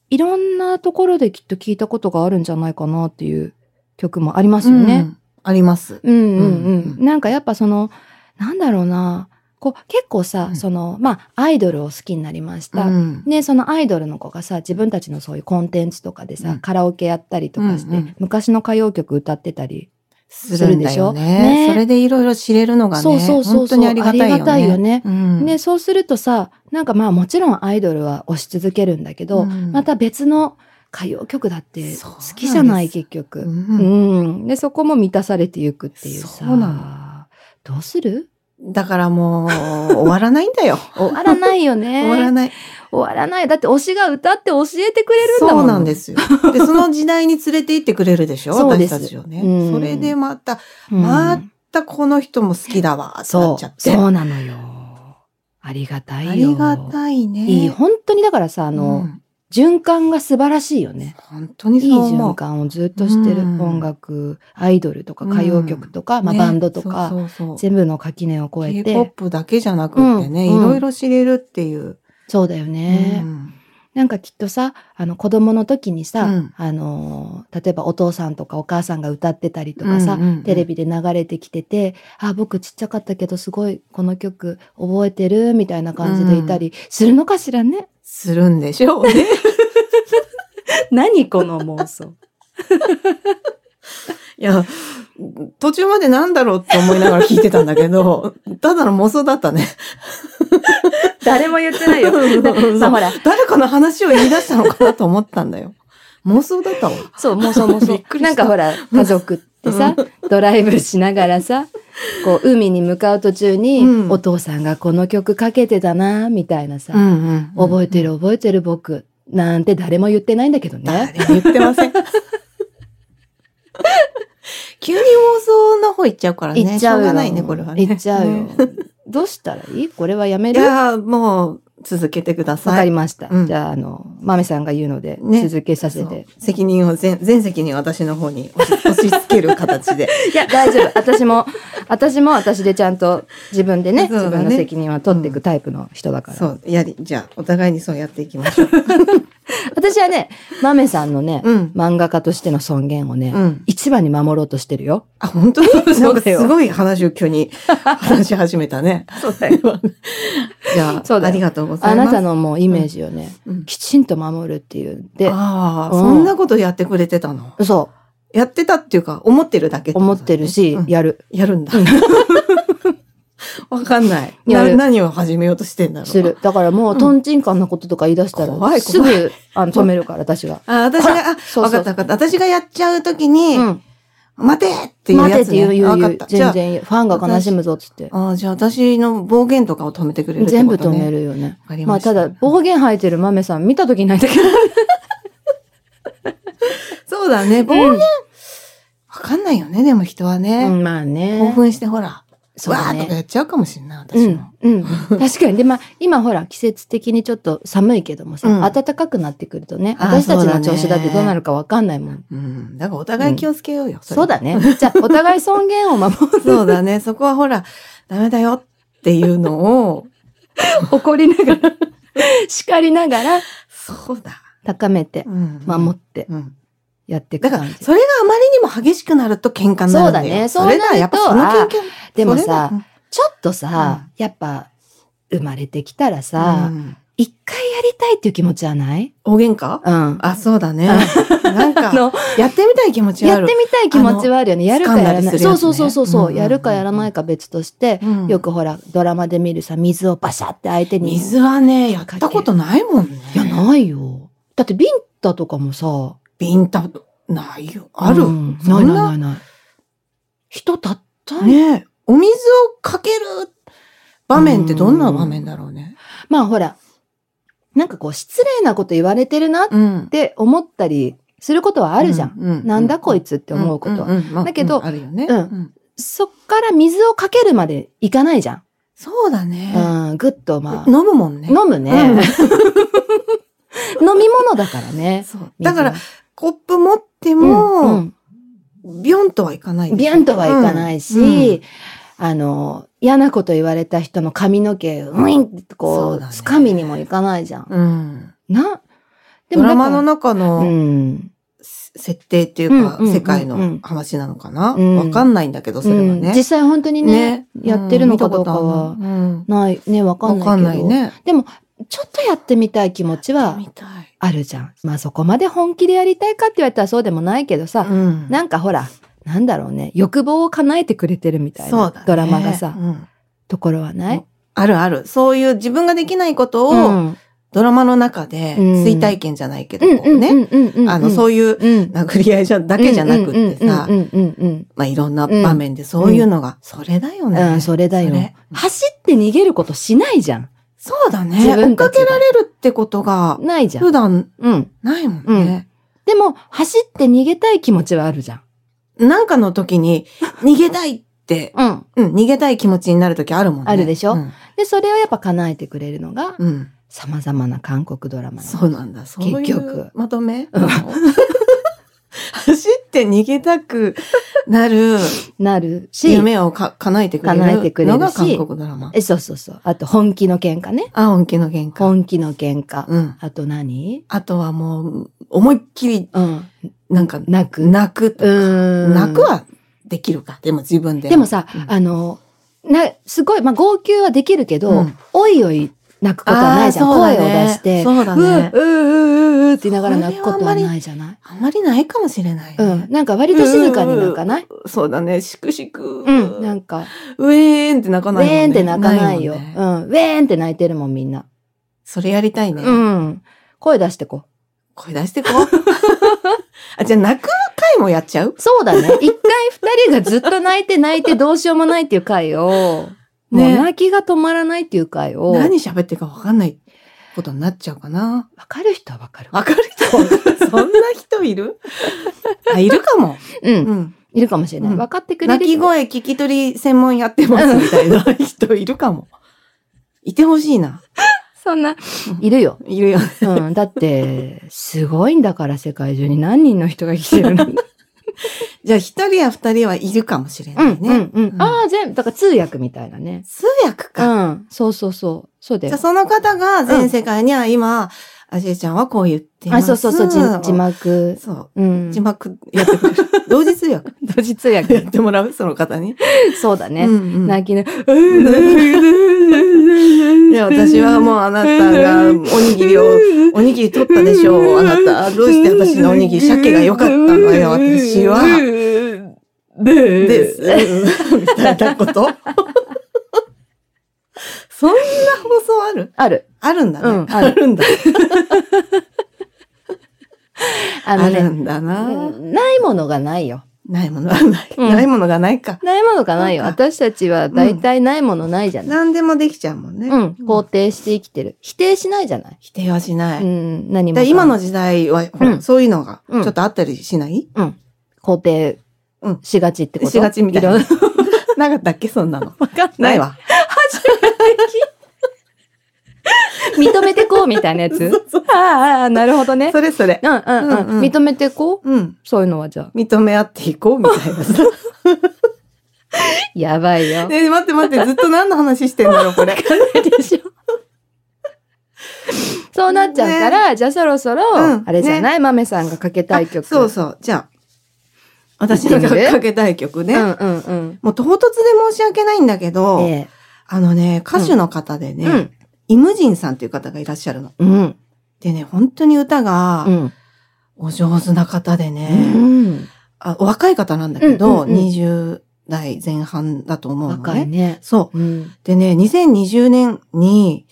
Speaker 1: いろんなところできっと聞いたことがあるんじゃないかなっていう曲もありますよね。
Speaker 2: うんあります。
Speaker 1: うんうんうん
Speaker 2: う。ん
Speaker 1: なんかやっぱその、なんだろうな、こう結構さ、
Speaker 2: うん
Speaker 1: その、まあ、アイドルを好きになりました。
Speaker 2: うん
Speaker 1: ね、そのアイドルの子がさ自分たちのそういうコンテンツとかでさ、
Speaker 2: うん
Speaker 1: カラオケやったりとかして、
Speaker 2: うんうん
Speaker 1: 昔の歌謡曲歌ってたり、
Speaker 2: するんだよ
Speaker 1: ね
Speaker 2: ね。それでいろいろ知れるのがね、
Speaker 1: そうそうそう
Speaker 2: 本
Speaker 1: そ
Speaker 2: 当
Speaker 1: う
Speaker 2: にありがたいよね。
Speaker 1: ありがたいよね
Speaker 2: うん
Speaker 1: ね、そうするとさなんかまあもちろんアイドルは推し続けるんだけど、
Speaker 2: うん
Speaker 1: また別の歌謡曲だって
Speaker 2: そうなんです
Speaker 1: 好きじゃない結局、
Speaker 2: う
Speaker 1: うんんでそこも満たされていくっていうさ
Speaker 2: そうな
Speaker 1: どうする
Speaker 2: だからもう、終わらないんだよ。
Speaker 1: 終わらないよ ね。
Speaker 2: 終わらない。
Speaker 1: 終わらない。だって推しが歌って教えてくれるんだも
Speaker 2: そ
Speaker 1: ん。
Speaker 2: うなんですよ。で、その時代に連れて行ってくれるでしょ
Speaker 1: そうで
Speaker 2: 私
Speaker 1: す
Speaker 2: たちをね
Speaker 1: うん。
Speaker 2: それでまた、
Speaker 1: うん。
Speaker 2: またこの人も好きだわ、ってな
Speaker 1: そ
Speaker 2: っちゃ
Speaker 1: う
Speaker 2: っ。て。
Speaker 1: そうなのよ。ありがた
Speaker 2: あ
Speaker 1: いよ。
Speaker 2: りがたいね。
Speaker 1: いい。本当にだからさ、あ
Speaker 2: う
Speaker 1: の、
Speaker 2: ん
Speaker 1: 循環が素晴らしいよね。
Speaker 2: 本当に
Speaker 1: いい
Speaker 2: そう思
Speaker 1: 循
Speaker 2: う。
Speaker 1: 環をずっとしてる。
Speaker 2: うん
Speaker 1: 音楽、アイドルとか
Speaker 2: うん
Speaker 1: 歌謡曲とか、まあ
Speaker 2: ね
Speaker 1: バンドとか、
Speaker 2: そうそうそう
Speaker 1: 全部の垣根を越えて。
Speaker 2: K-POP だけじゃなくってね、
Speaker 1: うん
Speaker 2: いろいろ知れるっていう。
Speaker 1: そうだよね。
Speaker 2: うん
Speaker 1: なんかきっとさ、あの子供の時にさ、
Speaker 2: うん
Speaker 1: あの、例えばお父さんとかお母さんが歌ってたりとかさ、
Speaker 2: うんうんうん
Speaker 1: テレビで流れてきてて、あ、僕ちっちゃかったけどすごいこの曲覚えてるみたいな感じでいたりするのかしらね。
Speaker 2: するんでしょう ね。
Speaker 1: 何この妄想。
Speaker 2: いや、途中までなんだろうって思いながら聞いてたんだ けど、ただの妄想だったね。
Speaker 1: 誰も言ってないよ。
Speaker 2: うん
Speaker 1: さ、ほら。
Speaker 2: 誰かの話を言い出したのかなと思ったんだよ。妄想だったわ。
Speaker 1: そう、妄想妄
Speaker 2: びっ
Speaker 1: 想。
Speaker 2: くり
Speaker 1: なん
Speaker 2: した
Speaker 1: かほら、家族ってさ、ドライブしながらさ、こう、海に向かう途中に、
Speaker 2: うん
Speaker 1: お父さんがこの曲かけてたな、みたいなさ、
Speaker 2: んうん
Speaker 1: 覚えてる覚えてる僕なんて誰も言ってないんだけどね。
Speaker 2: 誰も言ってま せん。急に妄想の方行っちゃうからね。
Speaker 1: 言っちゃう
Speaker 2: しょう
Speaker 1: よ。
Speaker 2: がないね、これはね。
Speaker 1: 言っちゃう よ
Speaker 2: ね。
Speaker 1: どうしたらいいこれはやめ
Speaker 2: い
Speaker 1: るわ
Speaker 2: やー、もう続けてください。
Speaker 1: かりました。
Speaker 2: うん
Speaker 1: じゃあ、あの、まめさんが言うので、
Speaker 2: ね
Speaker 1: 続けさせ
Speaker 2: そう
Speaker 1: て。
Speaker 2: 責任を全全責任を私の方に押し 押し付ける形で
Speaker 1: いや、大丈夫。私も、私も私でちゃんと自分でね、
Speaker 2: そうだね
Speaker 1: 自分の責任は取っていくタイプの人だから。
Speaker 2: そうやりじゃあお互いにそうやっていきましょう
Speaker 1: 私はね、まめさんのね、
Speaker 2: うん
Speaker 1: 漫画家としての尊厳をね、
Speaker 2: うん
Speaker 1: 一番に守ろうとしてるよ。
Speaker 2: あ本当に
Speaker 1: そ
Speaker 2: な
Speaker 1: うん
Speaker 2: か
Speaker 1: だよ
Speaker 2: すごい話を急に 話し始めたね
Speaker 1: そうだよ。
Speaker 2: じゃあ
Speaker 1: そうだよ
Speaker 2: ありがとうござ
Speaker 1: あ
Speaker 2: います
Speaker 1: なたのもうイメージをね、
Speaker 2: うん
Speaker 1: きちんと守るっていう。で、
Speaker 2: ああ、
Speaker 1: うん
Speaker 2: そんなことやってくれてたの
Speaker 1: そ
Speaker 2: やってたっていうか思ってるだけ
Speaker 1: う、思ってるし、
Speaker 2: うん
Speaker 1: やる、
Speaker 2: やるんだ わかんない
Speaker 1: や
Speaker 2: な
Speaker 1: る
Speaker 2: 何を始めようとしてんだろう
Speaker 1: する。だからもう、
Speaker 2: うん
Speaker 1: トンチンカンなこととか言い出したら、
Speaker 2: 怖い
Speaker 1: す
Speaker 2: 怖
Speaker 1: ぐあの止めるから、私が。
Speaker 2: あ私
Speaker 1: ほら
Speaker 2: があ
Speaker 1: そうそう
Speaker 2: わかったわかった私がやっちゃうときに、
Speaker 1: うん。
Speaker 2: 待てっていう
Speaker 1: 待て
Speaker 2: や
Speaker 1: っ
Speaker 2: つ、
Speaker 1: て
Speaker 2: ね、
Speaker 1: 言う、言う、
Speaker 2: わ
Speaker 1: 言
Speaker 2: か
Speaker 1: う
Speaker 2: った。じゃ
Speaker 1: 全
Speaker 2: あ
Speaker 1: 然言う、ファンが悲しむぞ、つって。
Speaker 2: ああ、じゃあ私の暴言とかを止めてくれるってこと
Speaker 1: 全部
Speaker 2: ね。
Speaker 1: 止めるよね。
Speaker 2: わかり
Speaker 1: ま
Speaker 2: ま
Speaker 1: あ、
Speaker 2: した
Speaker 1: ただ、暴言吐いてる豆さん見たときないんだけど。
Speaker 2: そうだね、暴言。わ、かんないよね、でも人は
Speaker 1: う
Speaker 2: ね。
Speaker 1: んまあね。
Speaker 2: 興奮してほら、
Speaker 1: そう
Speaker 2: わ
Speaker 1: だ
Speaker 2: ーっとか
Speaker 1: ね。
Speaker 2: やっちゃうかもしれない、
Speaker 1: う
Speaker 2: 私
Speaker 1: ん
Speaker 2: も。、
Speaker 1: うん、確かに。で、まあ、今ほら、季節的にちょっと寒いけどもさ、
Speaker 2: うん
Speaker 1: 暖かくなってくるとね、
Speaker 2: あー
Speaker 1: 私たち
Speaker 2: そう
Speaker 1: の
Speaker 2: だね
Speaker 1: 調子だってどうなるかわかんないもん。
Speaker 2: うん。だからお互い気をつけようよ。れ
Speaker 1: そう だ。ね。じゃあ、お互い尊厳を守る。
Speaker 2: そうだね。そこはほら、ダメだよっていうのを、
Speaker 1: 怒りながら、叱りながら、
Speaker 2: そうだ。
Speaker 1: 高めて、
Speaker 2: うん
Speaker 1: 守って、
Speaker 2: うん。
Speaker 1: やってい
Speaker 2: だ
Speaker 1: く
Speaker 2: から
Speaker 1: 感、じ。
Speaker 2: それがあまりにも激しくなると喧嘩になる
Speaker 1: そう
Speaker 2: んだよ。
Speaker 1: だね
Speaker 2: れだ、
Speaker 1: そうなると
Speaker 2: やっぱその喧嘩。
Speaker 1: でも
Speaker 2: それだ
Speaker 1: さ、、ちょっとさ、やっぱ、生まれてきたらさ
Speaker 2: う、ん
Speaker 1: 一、回やりたいっていう気持ちはない
Speaker 2: 大喧嘩
Speaker 1: うん。
Speaker 2: あ、そうだ ね。なん
Speaker 1: あ
Speaker 2: か、
Speaker 1: の、
Speaker 2: やってみたい気持ちは
Speaker 1: や
Speaker 2: あ
Speaker 1: っ
Speaker 2: る
Speaker 1: て。みたい気持ちはあるよね。やるかやら
Speaker 2: 掴ん
Speaker 1: な
Speaker 2: だり
Speaker 1: い。
Speaker 2: する
Speaker 1: そ
Speaker 2: やつ
Speaker 1: うそ
Speaker 2: ね
Speaker 1: うそうそうそう、
Speaker 2: うん
Speaker 1: やるかやらないか別として、
Speaker 2: うん
Speaker 1: よくほら、ドラマで見るさ、水をバシャって相手に。
Speaker 2: 水はね、やったことないもんね。
Speaker 1: いや、ないよ。だって、ビンタとかもさ、
Speaker 2: ビンタ、ないよ。ある。
Speaker 1: うんな
Speaker 2: そ
Speaker 1: い
Speaker 2: ん
Speaker 1: ないな
Speaker 2: な、
Speaker 1: いない。人たったん
Speaker 2: ねえお水をかける場面ってどんな場面だろうね。
Speaker 1: まあほら、なんかこう失礼なこと言われてるなっ
Speaker 2: うん。
Speaker 1: て思ったりすることはあるじゃん。
Speaker 2: ん
Speaker 1: なんだこ
Speaker 2: い
Speaker 1: いつって思うことは。
Speaker 2: は
Speaker 1: だけど
Speaker 2: あるよね。
Speaker 1: うん
Speaker 2: ん
Speaker 1: そっから水をかけるまでいかないじゃん。
Speaker 2: そうだね。
Speaker 1: うん、ぐっとまあ、
Speaker 2: 飲むもんね。
Speaker 1: 飲むね。
Speaker 2: うん
Speaker 1: 飲み物だからね。
Speaker 2: そうだから、コップ持って
Speaker 1: 水は、うんう
Speaker 2: も、
Speaker 1: ん
Speaker 2: ビョンとはいかない。
Speaker 1: ビャンとはいかないし、
Speaker 2: うん
Speaker 1: あの、嫌なこと言われた人の髪の毛、ウインって
Speaker 2: そ
Speaker 1: こ
Speaker 2: う
Speaker 1: う、
Speaker 2: だね
Speaker 1: 掴みにもいかないじゃん。
Speaker 2: うん。
Speaker 1: な、
Speaker 2: ドラマの
Speaker 1: だから
Speaker 2: 中
Speaker 1: う
Speaker 2: の
Speaker 1: ん、
Speaker 2: 設定っていうか
Speaker 1: うんうんうん、うん
Speaker 2: 世界の話なのかな
Speaker 1: うん
Speaker 2: わかんないんだけど、それは
Speaker 1: うん
Speaker 2: ね。
Speaker 1: 実際本当にねやってるのかどうかは
Speaker 2: うん見たことあるうん
Speaker 1: ないねわかん
Speaker 2: わかん
Speaker 1: な
Speaker 2: ない
Speaker 1: け
Speaker 2: い
Speaker 1: ど
Speaker 2: ね。
Speaker 1: でもちょっとやってみたい気持ちは
Speaker 2: みたい。
Speaker 1: あるじゃんまあそこまで本気でやりたいかって言われたらそうでもないけどさ、
Speaker 2: うん
Speaker 1: なんかほらなんだろうね欲望を叶えてくれてるみたい
Speaker 2: そう
Speaker 1: な
Speaker 2: だね
Speaker 1: ドラマがさ、
Speaker 2: うん
Speaker 1: ところはない、
Speaker 2: あるある。そういう自分ができないこと
Speaker 1: う
Speaker 2: を、
Speaker 1: ん、
Speaker 2: ドラマの中で、
Speaker 1: うん
Speaker 2: 追体験じゃないけど、
Speaker 1: うん
Speaker 2: こうね。
Speaker 1: うんうんうんうん
Speaker 2: あの、そういう
Speaker 1: うんうん
Speaker 2: 殴り合いじゃ、だけじゃなくってさ
Speaker 1: う、んうんうんうん
Speaker 2: まあ、いろんな場面でそういうのが、それだよ
Speaker 1: うん
Speaker 2: ね。
Speaker 1: うんそれだよ
Speaker 2: それ
Speaker 1: 走って逃げることしないじゃん
Speaker 2: そうだね。
Speaker 1: 自
Speaker 2: 追っ
Speaker 1: 分
Speaker 2: か
Speaker 1: たち
Speaker 2: け
Speaker 1: が
Speaker 2: られるってことが、
Speaker 1: ないじゃん
Speaker 2: 普、段
Speaker 1: うん、
Speaker 2: ないもんね。
Speaker 1: でも走って逃げたい気持ちはあるじゃん、
Speaker 2: なんかの 時に、逃げたいって、
Speaker 1: うん、
Speaker 2: うん、逃げたい気持ちになる時あるもんね。
Speaker 1: あるでしょ
Speaker 2: うん
Speaker 1: でそれをやっぱ叶えてくれるのが
Speaker 2: うん。
Speaker 1: さまざまな韓国ドラマ
Speaker 2: そうなんだ。そうい
Speaker 1: 結
Speaker 2: う
Speaker 1: 局
Speaker 2: まとめ
Speaker 1: うん
Speaker 2: 走って逃げたくなる
Speaker 1: になる し、
Speaker 2: 夢をか叶えてくれる
Speaker 1: 叶えてくれ
Speaker 2: の
Speaker 1: る
Speaker 2: が
Speaker 1: し
Speaker 2: 韓国ドラマ。
Speaker 1: えそうそうそうあと本気の喧嘩ね
Speaker 2: あ、本気の喧嘩。
Speaker 1: 本気の喧嘩、
Speaker 2: うん。
Speaker 1: あと何
Speaker 2: あとはもう、思いっきり、
Speaker 1: うん
Speaker 2: なんか、
Speaker 1: 泣く
Speaker 2: 泣くと
Speaker 1: うーん
Speaker 2: 泣くはできるか。でも自分で。
Speaker 1: でもさ、
Speaker 2: うん
Speaker 1: あのなすごいまあ号泣はできるけど、
Speaker 2: うん
Speaker 1: おいおい泣くことはないじゃん、
Speaker 2: あーそうだ
Speaker 1: 声
Speaker 2: ね
Speaker 1: を出して
Speaker 2: そうだね
Speaker 1: ううううううって言いながら泣くことはないじゃない
Speaker 2: あんまりないかもしれないね、
Speaker 1: うんなんか割と静かに泣かない
Speaker 2: そうだね。しくしく。
Speaker 1: うんなんか
Speaker 2: ウェーンって泣か
Speaker 1: ウ
Speaker 2: ないもんね。
Speaker 1: ェーンって泣かないよ
Speaker 2: もんね
Speaker 1: うんウェーンって泣いてるもんみんな
Speaker 2: それやりたいね。
Speaker 1: うん声出してこう
Speaker 2: 声出してこう。 あ、じゃあ泣く回もやっちゃう
Speaker 1: そう だね。一回二人がずっと泣いて泣いてどうしようもないっていう回を、
Speaker 2: ね
Speaker 1: もう泣きが止まらないっていう回を、わ
Speaker 2: 何喋ってるか分かんないことになっちゃうかな。
Speaker 1: かる人はわかる。
Speaker 2: 分かる人 そんな人いる あ、いるかも。
Speaker 1: う。
Speaker 2: うんん。
Speaker 1: いるかもしれな
Speaker 2: う
Speaker 1: い。
Speaker 2: ん
Speaker 1: 分かってくれ
Speaker 2: 泣
Speaker 1: る
Speaker 2: き
Speaker 1: 人。
Speaker 2: 声聞き取り専門やってますみたいな人いるかも。いてほしいな。
Speaker 1: そんな、いるよ。
Speaker 2: いるよね。
Speaker 1: うん。だって、すごいんだから世界中に何人の人が来てるの。
Speaker 2: じゃあ一人や二人はいるかもしれ
Speaker 1: う、
Speaker 2: なんいね。
Speaker 1: うん、う。
Speaker 2: うんん
Speaker 1: ああ、全部、だから通訳みたいなね。
Speaker 2: 通訳
Speaker 1: う
Speaker 2: か。
Speaker 1: ん。そうそうそう。そうだ
Speaker 2: じゃあ
Speaker 1: よ。
Speaker 2: その方が全世界には今、アジエちゃんはこう言っていま
Speaker 1: あ、
Speaker 2: す。
Speaker 1: そうそうそう、字字幕。
Speaker 2: そうう。
Speaker 1: ん
Speaker 2: 字。幕やってくれる。 同時通訳
Speaker 1: 同時通
Speaker 2: やっ
Speaker 1: 訳。
Speaker 2: てもらうその方に。
Speaker 1: そうだね
Speaker 2: う。んうん
Speaker 1: 泣きな、
Speaker 2: いや、私はもうあなたがおにぎりを、おにぎり取ったでしょう。あなた、どうして私のおにぎり、鮭が良かったのよ、私は。
Speaker 1: で
Speaker 2: です。みたいなこと そんな放送ある
Speaker 1: ある。
Speaker 2: あるんだね。
Speaker 1: うんあ
Speaker 2: あ
Speaker 1: る
Speaker 2: るんだ。
Speaker 1: あ
Speaker 2: あ
Speaker 1: の
Speaker 2: る
Speaker 1: ね、
Speaker 2: んだな。
Speaker 1: ないものがないよ。
Speaker 2: ないものがない。
Speaker 1: うん
Speaker 2: ないものがないか。
Speaker 1: ないものがないよ。
Speaker 2: そうか
Speaker 1: 私たちは大体ないものないじゃない。
Speaker 2: 何でもできちゃうもんね。
Speaker 1: うん。肯定して生きてる。否定しないじゃない。
Speaker 2: 否定はしな
Speaker 1: う
Speaker 2: い。
Speaker 1: ん。何もか
Speaker 2: で
Speaker 1: も。
Speaker 2: 今の時代は、ほ
Speaker 1: う
Speaker 2: ら
Speaker 1: ん
Speaker 2: そういうのがち
Speaker 1: う
Speaker 2: ょ
Speaker 1: ん
Speaker 2: っとあったりしない
Speaker 1: 肯定
Speaker 2: うん
Speaker 1: しがちってこと
Speaker 2: しがちみたい
Speaker 1: ろ
Speaker 2: な
Speaker 1: ろ。
Speaker 2: なかったっけそ んなの。
Speaker 1: わかん
Speaker 2: ない
Speaker 1: わ。
Speaker 2: わ。
Speaker 1: 認めてこうみたいなやつああああ、なるほどね。
Speaker 2: それそれ。
Speaker 1: うんうん
Speaker 2: うんう
Speaker 1: うんん。認めてこう
Speaker 2: うん。
Speaker 1: そういうのはじゃあ。
Speaker 2: 認め合っていこうみたいな さ。
Speaker 1: やばいよ。
Speaker 2: ねえ待って待って、ずっと何の話してんだろう、これ。
Speaker 1: でしょ。そうなっちゃうから、じゃあそろそろ、
Speaker 2: うん
Speaker 1: あれじゃない、豆さんがかけたい曲。
Speaker 2: そうそう。じゃあ、私の
Speaker 1: 言ってみる
Speaker 2: かけたい曲ね。
Speaker 1: うんうんうん。
Speaker 2: もう唐突で申し訳ないんだけど、
Speaker 1: え
Speaker 2: あのね、歌手の方で
Speaker 1: え
Speaker 2: ね、イムジンさんという方がいらっしゃるの。
Speaker 1: うん。うん。
Speaker 2: でね、本当に歌が
Speaker 1: うん。
Speaker 2: お上手な方でね、
Speaker 1: うん。
Speaker 2: あお若い方なんだけど、
Speaker 1: うんうんうん
Speaker 2: 20代前半だと思うのね。
Speaker 1: 若いね。
Speaker 2: そう。
Speaker 1: うん。
Speaker 2: でね、2020年に、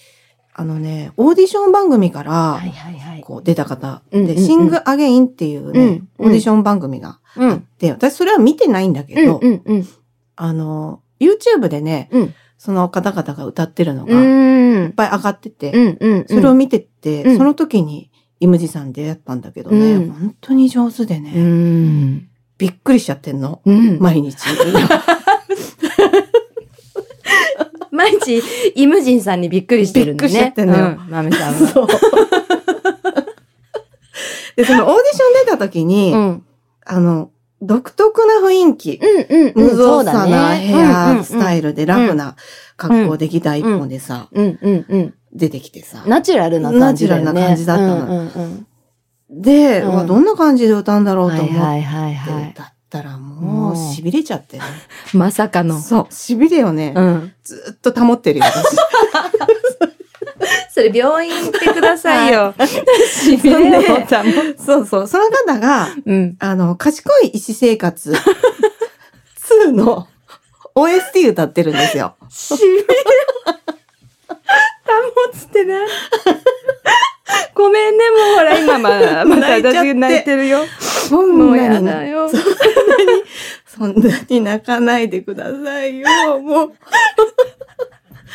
Speaker 2: あのね、オーディション番組から
Speaker 1: はいはいはい。
Speaker 2: こう出た方
Speaker 1: うんうんう
Speaker 2: で、
Speaker 1: ん
Speaker 2: シング・アゲインっていうね、
Speaker 1: うんうん
Speaker 2: オーディション番組が
Speaker 1: うん。う
Speaker 2: あっ
Speaker 1: ん
Speaker 2: て、私それは見てないんだけど、
Speaker 1: うんうん。
Speaker 2: あの、YouTube でね、
Speaker 1: うん
Speaker 2: その方々が歌ってるのが、
Speaker 1: う
Speaker 2: いっ
Speaker 1: ん。
Speaker 2: ぱい上がってて、
Speaker 1: うんうん。
Speaker 2: それを見てって、
Speaker 1: うん
Speaker 2: その時に、イムジさん出会ったんだけどね、
Speaker 1: うん
Speaker 2: 本当に上手でね、
Speaker 1: うん。
Speaker 2: びっくりしちゃってんの。
Speaker 1: うん。
Speaker 2: 毎日。
Speaker 1: 毎日、イムジンさんにびっくりしてるんだね。
Speaker 2: びっくりしちゃってんのよ
Speaker 1: うん。豆さんは。
Speaker 2: そう。 で、そのオーディション出た時に、
Speaker 1: うん。
Speaker 2: あの、独特な雰囲気。
Speaker 1: うんうんう
Speaker 2: 無
Speaker 1: ん。そ
Speaker 2: 造
Speaker 1: うだ
Speaker 2: 作
Speaker 1: ね
Speaker 2: なヘアス
Speaker 1: イ
Speaker 2: タイルでラフな格好でギター一本でさ、
Speaker 1: ル。うんうんうん。
Speaker 2: 出てきてさ。
Speaker 1: ナチュラルな感じだよね。
Speaker 2: ナチュラルな感
Speaker 1: う
Speaker 2: じだったの
Speaker 1: んうんうん。
Speaker 2: で、
Speaker 1: うん
Speaker 2: うわどんな感じで歌うんだろうと思って、
Speaker 1: はいはいはいは
Speaker 2: だったらもう
Speaker 1: もう
Speaker 2: 痺れちゃってね。
Speaker 1: い。まさかの。
Speaker 2: そう、痺れをね、
Speaker 1: うん。
Speaker 2: ずっと保ってるよ、私。
Speaker 1: それ病院行ってくださいよ。 しび
Speaker 2: そんで
Speaker 1: れを保
Speaker 2: そうそう、その方が、
Speaker 1: うん。
Speaker 2: あの、賢い医師生活2の OST 歌ってるんですよ。
Speaker 1: しびれを保つってな。ごめんね、もうほら、今ま、また
Speaker 2: 泣いちゃっ
Speaker 1: 私
Speaker 2: て
Speaker 1: 泣いてるよ。
Speaker 2: そ
Speaker 1: も
Speaker 2: ん
Speaker 1: う
Speaker 2: な
Speaker 1: や
Speaker 2: に
Speaker 1: だ
Speaker 2: ね、
Speaker 1: よ。
Speaker 2: そんなに泣かないでくださいよ、もう。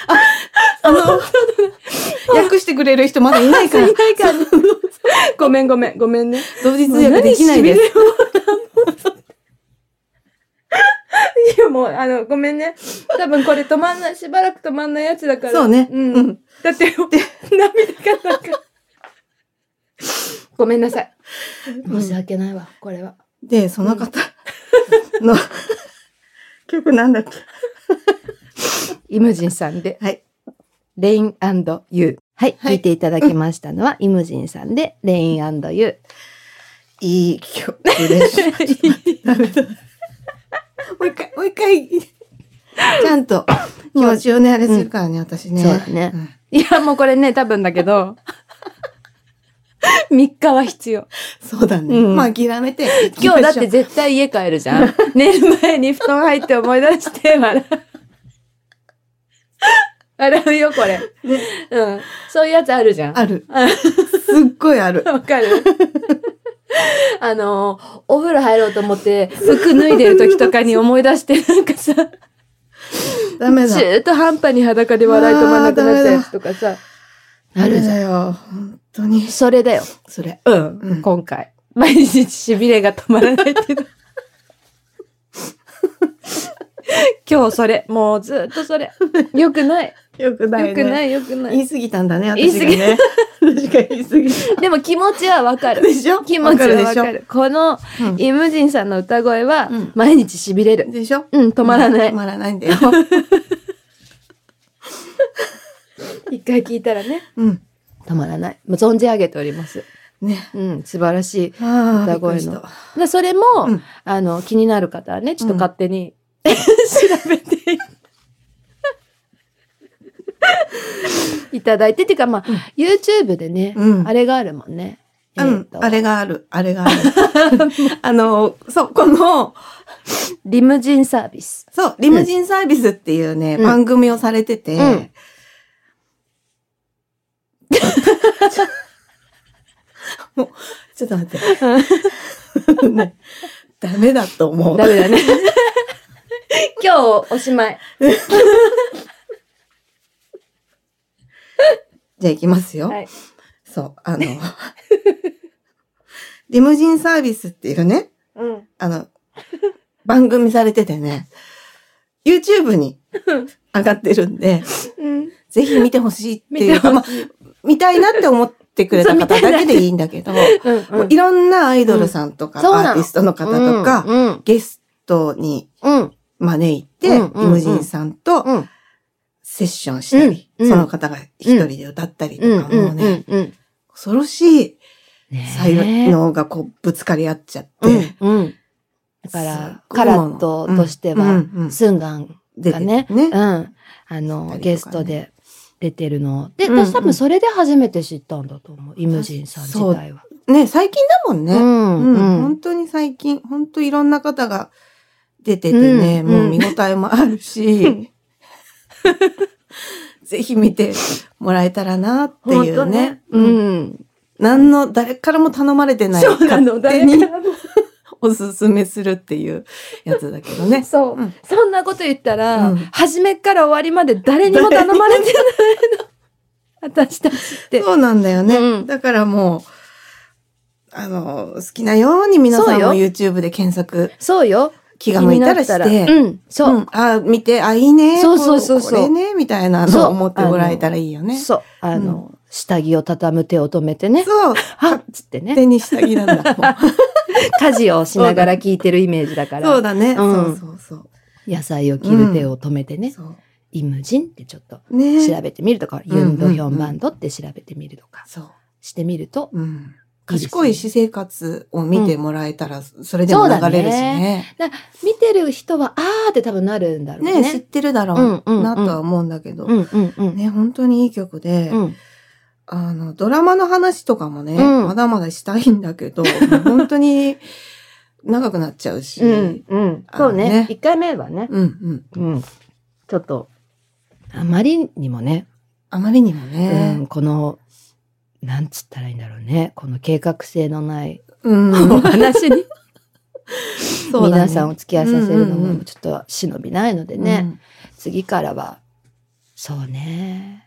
Speaker 2: あ、 あの、訳してくれる人まだいないから、
Speaker 1: ないからごめんごめん、ごめんね。
Speaker 2: 同時通訳できないです。
Speaker 1: す。いやもうあのごめんね多分これ止まんないしばらく止まんないやつだから
Speaker 2: そうね。
Speaker 1: うん
Speaker 2: うん
Speaker 1: だってよ涙がなんかごめんなさい申し訳ないわこれは
Speaker 2: で、その方 の曲なんだっけ
Speaker 1: イムジンさんで
Speaker 2: はい。
Speaker 1: レインユーはい、
Speaker 2: はい
Speaker 1: 聞いていただきましたのはイムジンさんでレインユ ー
Speaker 2: いい曲でしょ。ダメだ。もう一 回、もう一回。ちゃんと気持ちをね、あれするからね、私ね。
Speaker 1: そうだね
Speaker 2: ん
Speaker 1: いやもうこれね多分だけど 3日は必要
Speaker 2: そうだね。
Speaker 1: うん
Speaker 2: まあ諦めて。
Speaker 1: 今日だって、絶対家帰るじゃん。 寝る前に布団入って思い出して笑う。 笑うよ、これ。うん。そういうやつあるじゃん。
Speaker 2: ある。すっごいある。
Speaker 1: わかる あの、お風呂入ろうと思って、服脱いでる時とかに思い出して、なんかさ、
Speaker 2: ダメ だ。
Speaker 1: 中途半端に裸で笑い止まんなくなっちゃうやつとかさ、あ
Speaker 2: ダ
Speaker 1: る
Speaker 2: メ
Speaker 1: じゃん。
Speaker 2: だよ。本当に。
Speaker 1: それだよ。
Speaker 2: それ。
Speaker 1: うん、
Speaker 2: うん
Speaker 1: 今回。毎日痺れが止まら ないけど。今日それ、もうずっとそれ。よくない。
Speaker 2: よくない
Speaker 1: よ
Speaker 2: ね。
Speaker 1: くない、よくな
Speaker 2: 言
Speaker 1: い。
Speaker 2: い過ぎたんだね、
Speaker 1: 言い
Speaker 2: 私
Speaker 1: 過
Speaker 2: が
Speaker 1: ぎ
Speaker 2: ね。私が言い過ぎ
Speaker 1: でも気持ちはわかる。
Speaker 2: た。でしょ
Speaker 1: 気持ちはわか
Speaker 2: わ
Speaker 1: る。
Speaker 2: る
Speaker 1: この
Speaker 2: でしょ。
Speaker 1: イムジンさんの歌声は
Speaker 2: うん
Speaker 1: 毎日痺れ
Speaker 2: うん
Speaker 1: る。
Speaker 2: でしょ
Speaker 1: うん、止まらな
Speaker 2: 止
Speaker 1: い。
Speaker 2: まらないんだよ。
Speaker 1: 一回聞いたらね。
Speaker 2: うん。
Speaker 1: 止まらない。もう存じ上げております。
Speaker 2: ね。
Speaker 1: うん、素晴らしい。
Speaker 2: ああ、
Speaker 1: 歌声の
Speaker 2: びっくりした
Speaker 1: でそれも、
Speaker 2: うん
Speaker 1: あの、気になる方はね、ちょっと勝手に、 調べて いただいて、っていうか、まあ、
Speaker 2: うん
Speaker 1: YouTube でね、
Speaker 2: うん
Speaker 1: あれがあるもんね。
Speaker 2: う
Speaker 1: えー
Speaker 2: ん、
Speaker 1: と
Speaker 2: あれがある、あれがあ る。あの、そう、この、
Speaker 1: リムジンサービス。
Speaker 2: そう、リムジンサービスっていうね、
Speaker 1: うん
Speaker 2: 番組をされてて、
Speaker 1: うん
Speaker 2: もう、ちょっと待って。 ねダメだと思う
Speaker 1: ダ。メだね。今日おしまい。
Speaker 2: じゃあ行きますよ。
Speaker 1: はい。
Speaker 2: そう、あの、リムジンサービスっていうね、
Speaker 1: うん。
Speaker 2: あの、番組されててね、YouTube に上がってるんで、
Speaker 1: うん。
Speaker 2: ぜひ見てほしいって
Speaker 1: 見
Speaker 2: い
Speaker 1: て
Speaker 2: うか、ま
Speaker 1: ほ
Speaker 2: あ
Speaker 1: しい。
Speaker 2: 見たいなって思ってくれた方だけでいいんだけ ど、も
Speaker 1: うんう
Speaker 2: うんいろんなアイドルさんとか、
Speaker 1: うんそうなの
Speaker 2: アーティストの方とか、
Speaker 1: うん。
Speaker 2: ゲストに
Speaker 1: うん。
Speaker 2: 招いて、
Speaker 1: うんうんうん
Speaker 2: イムジンさんと、
Speaker 1: うん。
Speaker 2: セッションしたり、
Speaker 1: うんうん
Speaker 2: その方が一人で歌ったりとか、もうね、
Speaker 1: うんうん
Speaker 2: 恐ろしい
Speaker 1: ねえ
Speaker 2: 才能がこうぶつかり合っちゃって、
Speaker 1: うんうんだから、
Speaker 2: すご
Speaker 1: カ
Speaker 2: いも
Speaker 1: ラ
Speaker 2: の
Speaker 1: ットとして
Speaker 2: うん
Speaker 1: は、
Speaker 2: うんうん
Speaker 1: スンガン
Speaker 2: 出
Speaker 1: が
Speaker 2: て
Speaker 1: ね
Speaker 2: ね、
Speaker 1: うん、あの、
Speaker 2: 出たりとかね
Speaker 1: ゲストで出てるのを。で、
Speaker 2: うんうん
Speaker 1: 私多分それで初めて知ったんだと思う。イムジンさん自体は。
Speaker 2: ね、最近だもんね。
Speaker 1: ん
Speaker 2: うん、
Speaker 1: う
Speaker 2: 本
Speaker 1: ん
Speaker 2: 当に最近、本当いろんな方が出ててね、
Speaker 1: うん
Speaker 2: もう見応えもあるし、 ぜひ見てもらえたらなっていうね。
Speaker 1: う
Speaker 2: うん
Speaker 1: ん。
Speaker 2: 何の、誰からも頼まれてない。
Speaker 1: そうなの、
Speaker 2: 勝手
Speaker 1: 誰
Speaker 2: に
Speaker 1: からも。
Speaker 2: おすすめするっていうやつだけど ね。
Speaker 1: そう
Speaker 2: うん。
Speaker 1: そんなこと言ったら、
Speaker 2: うん
Speaker 1: 初めから終わりまで誰にも頼まれてないの。 私たちって。
Speaker 2: そうなんだよね。
Speaker 1: うん
Speaker 2: だからもう、あの、好きなように皆さん
Speaker 1: そう
Speaker 2: も YouTube で検索
Speaker 1: そうよ。
Speaker 2: 気が向いたらし
Speaker 1: 気
Speaker 2: て、
Speaker 1: になったらうん、そう。
Speaker 2: うんあ、見て、あ、いいね。
Speaker 1: そうそうそうそう
Speaker 2: これね、みたいな
Speaker 1: そう
Speaker 2: のを思ってもらえたらいいよね。そう。
Speaker 1: そう。あの、下着を畳む手を止めてね。はっつって
Speaker 2: 勝
Speaker 1: ね。
Speaker 2: 手に下 着なんだ。もう
Speaker 1: 家事をしながら聞いてるイメージだか
Speaker 2: そう
Speaker 1: ら。
Speaker 2: だね。
Speaker 1: うん
Speaker 2: そうそうそう。
Speaker 1: 野菜を切る手を止めてね。
Speaker 2: そう
Speaker 1: イムジンってちょっと
Speaker 2: ね
Speaker 1: 調べてみるとか、
Speaker 2: うん
Speaker 1: ユンドヒョンバンドって調べてみるとか
Speaker 2: そう。
Speaker 1: してみると。
Speaker 2: うん。
Speaker 1: いいですね
Speaker 2: 賢い私生活を見てもらえたら、それでも流れるしね。
Speaker 1: だ見てる人は、あーって多分なるんだろう
Speaker 2: ね
Speaker 1: ね。
Speaker 2: 知ってるだろ
Speaker 1: うんうんう
Speaker 2: うんなとは思うんだけど。
Speaker 1: うんうんうん。
Speaker 2: ね、本当にいい曲で、
Speaker 1: うん
Speaker 2: あの、ドラマの話とかもね、
Speaker 1: うん
Speaker 2: まだまだしたいんだ けど、もう本当に長くなっちゃうし、
Speaker 1: うんうん。そう
Speaker 2: あの
Speaker 1: ね
Speaker 2: ね。
Speaker 1: 一回目はね。
Speaker 2: うんうん。
Speaker 1: うん。ちょっと、あまりにもね、
Speaker 2: あまりにも
Speaker 1: うん、
Speaker 2: ね、
Speaker 1: この、なんつったらいいんだろうね。この計画性のない
Speaker 2: うん、
Speaker 1: お 話に、
Speaker 2: そうだね
Speaker 1: 皆さんお付き合いさせるの
Speaker 2: うんうんう
Speaker 1: も
Speaker 2: ん
Speaker 1: ちょっと忍びないのでね、次からは、そうね、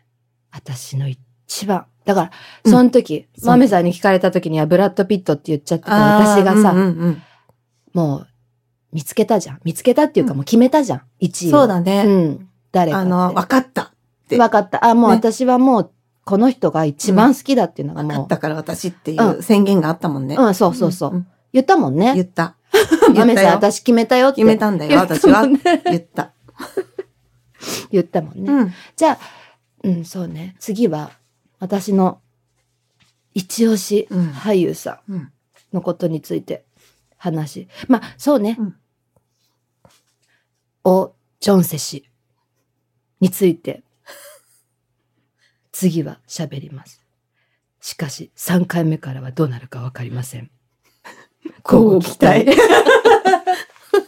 Speaker 1: 私の一番。だから、
Speaker 2: うん
Speaker 1: その時、
Speaker 2: そう
Speaker 1: マメさんに聞かれた時にはブラッド・ピットって言っちゃって
Speaker 2: うん。
Speaker 1: た私がさ、
Speaker 2: あーうんうん
Speaker 1: もう見つけたじゃん。見つけたっていうか
Speaker 2: うん
Speaker 1: もう決めたじゃん。
Speaker 2: う
Speaker 1: 一
Speaker 2: ん
Speaker 1: 位を。
Speaker 2: そうだ
Speaker 1: う
Speaker 2: ね。
Speaker 1: ん。誰かっ
Speaker 2: あ
Speaker 1: て。
Speaker 2: の、分かった。て
Speaker 1: わかった。あ、もう
Speaker 2: ね
Speaker 1: 私はもう、この人が一番好きだっていうのが
Speaker 2: 分か
Speaker 1: もう
Speaker 2: っ、たから私ってい
Speaker 1: うん
Speaker 2: う宣言があったもんね。
Speaker 1: うん、そうそうそう。
Speaker 2: んん
Speaker 1: 言ったもん
Speaker 2: 言
Speaker 1: ね。
Speaker 2: った。
Speaker 1: マ
Speaker 2: 言
Speaker 1: メ
Speaker 2: った
Speaker 1: さん、
Speaker 2: よ。
Speaker 1: 私決めたよって。
Speaker 2: 決めたんだよ、
Speaker 1: 言った
Speaker 2: 私
Speaker 1: も
Speaker 2: は
Speaker 1: ん。ね。
Speaker 2: 言った。
Speaker 1: 言ったもんね。
Speaker 2: うん。
Speaker 1: じゃあ、うん、そうね。次は、私の、一押し
Speaker 2: うん
Speaker 1: 俳優さ
Speaker 2: うん
Speaker 1: んのことについて話し。まあ、そうね
Speaker 2: うん。
Speaker 1: オ・ジョンセ氏について、次は喋ります。しかし、3回目からはどうなるかわかりません。
Speaker 2: こう期待。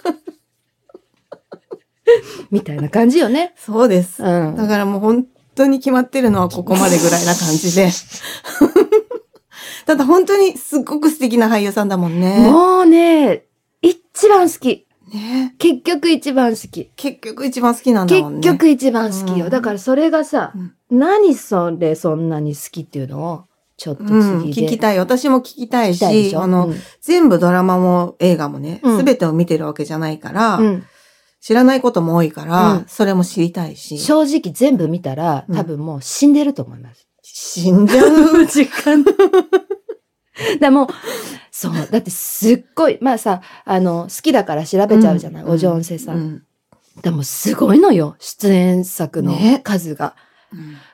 Speaker 1: みたいな感じよね。
Speaker 2: そうです。
Speaker 1: うん。
Speaker 2: だからもう本当に決まってるのはここまでぐらいな感じで。ただ本当にすっごく素敵な俳優さんだもんね。
Speaker 1: もうね、一番好き。
Speaker 2: ね
Speaker 1: 結局一番好き。
Speaker 2: 結局一番好きなんだもん
Speaker 1: 結
Speaker 2: ね。
Speaker 1: 局一番好きよ。
Speaker 2: うん
Speaker 1: だからそれがさ、
Speaker 2: うん
Speaker 1: 何それそんなに好きっていうのを、ちょっと次で、
Speaker 2: うん、聞きたい。私も聞きたい
Speaker 1: 聞きたいで
Speaker 2: し、
Speaker 1: しょ
Speaker 2: あの、
Speaker 1: うん
Speaker 2: 全部ドラマも映画もね、す
Speaker 1: うん
Speaker 2: べてを見てるわけじゃないから、
Speaker 1: うん
Speaker 2: 知らないことも多いから、
Speaker 1: うん
Speaker 2: それも知りたいし、
Speaker 1: 正直全部見たら、
Speaker 2: うん
Speaker 1: 多分もう死んでると思います。
Speaker 2: 死んじゃう。
Speaker 1: 時間。だからもう、そう、だってすっごい、まあさ、あの、好きだから調べちゃうじゃない、
Speaker 2: うん
Speaker 1: お嬢んせさん。
Speaker 2: うん
Speaker 1: でもすごいのよ、出演作の
Speaker 2: ね
Speaker 1: 数が。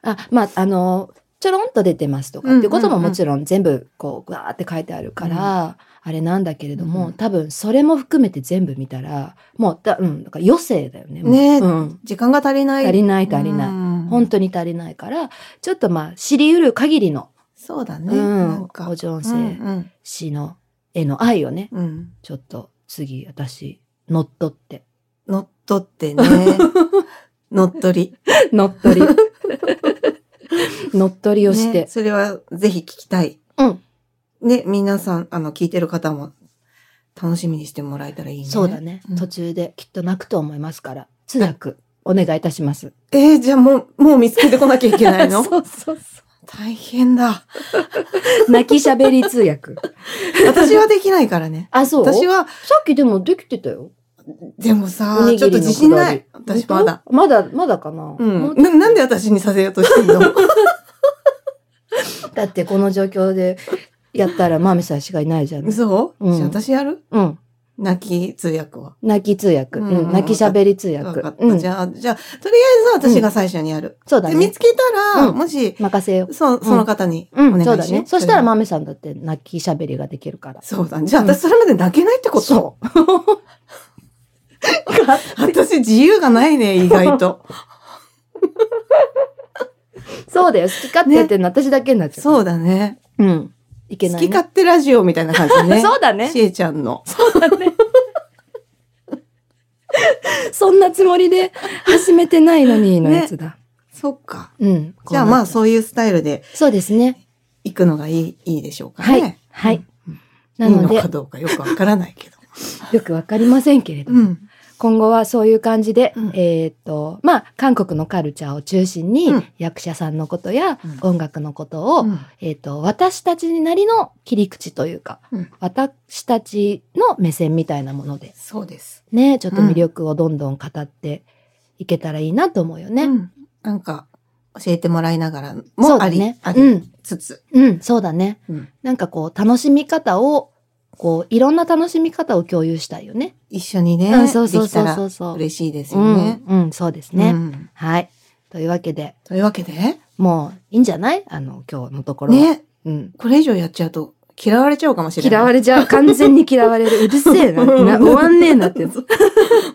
Speaker 1: あ、まあ、あの、ちょろんと出てますと
Speaker 2: うん
Speaker 1: かっていうことも
Speaker 2: うんうん
Speaker 1: もちろん全部こう、わーって書いてあるから、あれなんだけれども、
Speaker 2: うん
Speaker 1: 多分それも含めて全部見たら、もう、だうん、だから余生だよね。もう
Speaker 2: ね
Speaker 1: うん。
Speaker 2: 時間が足りない。
Speaker 1: 足りない足りない。
Speaker 2: うん
Speaker 1: 本当に足りないから、ちょっとまあ、知り得る限りの、
Speaker 2: そうだ
Speaker 1: う
Speaker 2: ね。なん
Speaker 1: ん、
Speaker 2: か。
Speaker 1: お嬢
Speaker 2: うん
Speaker 1: 性
Speaker 2: うん
Speaker 1: 氏の、への愛をね、
Speaker 2: うん。
Speaker 1: ちょっと次、私、乗っ取 って。
Speaker 2: 乗っ取って ね。乗っ取り。
Speaker 1: 乗っ取り。乗っ取りをして。
Speaker 2: ねそれはぜひ聞きたい。
Speaker 1: うん。
Speaker 2: ね、皆さん、あの、聞いてる方も楽しみにしてもらえたらいいね。
Speaker 1: そうだね、
Speaker 2: うん
Speaker 1: 途中できっと泣くと思いますから、通訳お願いいたします。
Speaker 2: えー、じゃあもう、もう見つけてこなきゃいけないの
Speaker 1: そうそうそ
Speaker 2: 大変だ。
Speaker 1: う。泣きしゃべり通訳。
Speaker 2: 私はできないからね。
Speaker 1: あ、そう
Speaker 2: 私は、
Speaker 1: さっきでもできてたよ。
Speaker 2: でも
Speaker 1: お
Speaker 2: さ
Speaker 1: に、ぎりの
Speaker 2: ちょっと自信な
Speaker 1: く
Speaker 2: い。私まだ。
Speaker 1: 本当。まだ、まだかな。
Speaker 2: う。
Speaker 1: もうん
Speaker 2: ななんで私にさせようとしてんの
Speaker 1: だってこの状況でやったらマミさんしかいないじゃん。
Speaker 2: 嘘、
Speaker 1: うん
Speaker 2: じゃあ私やる
Speaker 1: うん。
Speaker 2: 泣き通訳は。
Speaker 1: 泣き通訳。
Speaker 2: う
Speaker 1: うんん。泣き喋り通
Speaker 2: わ
Speaker 1: 訳
Speaker 2: かっ。た
Speaker 1: うん
Speaker 2: じ。ゃあ、じゃあ、とりあえず私が最初にやる。
Speaker 1: そうだ
Speaker 2: で見
Speaker 1: ね
Speaker 2: つ。けたら、
Speaker 1: うん
Speaker 2: もし、
Speaker 1: 任せよう。
Speaker 2: そその方にお
Speaker 1: う
Speaker 2: 願いし
Speaker 1: ん、
Speaker 2: て
Speaker 1: そうだね。そしたら、
Speaker 2: まあ。
Speaker 1: 豆さんだって泣き喋りができるから。
Speaker 2: そうだね。じゃあ、私それまで泣けないってこと
Speaker 1: そ
Speaker 2: 私自由がないね、意 外と。
Speaker 1: そうだよ。好き勝手やってんの私だけになっちゃう。
Speaker 2: そうだね。
Speaker 1: う。うん。いけ
Speaker 2: 好
Speaker 1: ない
Speaker 2: き
Speaker 1: ね。
Speaker 2: 勝手ラジオみたいな感じね。
Speaker 1: そうだね
Speaker 2: し。えちゃんの。
Speaker 1: そうだね。そんなつもり で始めてないのにのやつだ。
Speaker 2: そっか。
Speaker 1: うん。
Speaker 2: じゃあまあ
Speaker 1: そ
Speaker 2: そういうスタイルで
Speaker 1: うですね。
Speaker 2: 行くのがいい、いいでしょうか
Speaker 1: はい。
Speaker 2: ね。
Speaker 1: はい。
Speaker 2: うん。
Speaker 1: ない
Speaker 2: い
Speaker 1: ので
Speaker 2: のか、どうかよくわからないけど。
Speaker 1: よくわかりませんけれど、
Speaker 2: うん。
Speaker 1: 今後はそういう感じで、
Speaker 2: うん
Speaker 1: えーっと、まあ、韓国のカルチャーを中心に、
Speaker 2: うん
Speaker 1: 役者さんのことや
Speaker 2: うん
Speaker 1: 音楽のことを、えーっと、私たちなりの切り口というか、
Speaker 2: うん
Speaker 1: 私たちの目線みたいなもので、
Speaker 2: そうです。
Speaker 1: ね、ちょっと魅力をどんどん語っていけたらいいなと思うよね。
Speaker 2: うん。なんか、教えてもらいながら
Speaker 1: そう
Speaker 2: もあ
Speaker 1: だ
Speaker 2: り、
Speaker 1: ね。
Speaker 2: あ
Speaker 1: う
Speaker 2: り
Speaker 1: ん。
Speaker 2: つつ。
Speaker 1: うん、そうだね。
Speaker 2: うん
Speaker 1: なんかこう、楽しみ方を、こう、いろんな楽しみ方を共有したいよね。
Speaker 2: 一緒にね、
Speaker 1: うん、
Speaker 2: で
Speaker 1: そうそう
Speaker 2: き
Speaker 1: そ
Speaker 2: た
Speaker 1: うそ
Speaker 2: ら
Speaker 1: うそう。
Speaker 2: 嬉しいです
Speaker 1: う
Speaker 2: よね。
Speaker 1: ん、うん、そうですね。
Speaker 2: うん
Speaker 1: はい。というわけで、
Speaker 2: というわけで、
Speaker 1: もういいんじゃないあの、今日のところは。
Speaker 2: ね、
Speaker 1: うん。
Speaker 2: これ以上やっちゃうと嫌われちゃうかもしれない。
Speaker 1: 嫌われちゃう。完全に嫌わ れる。うるせえな。な終わんねえなって。 聞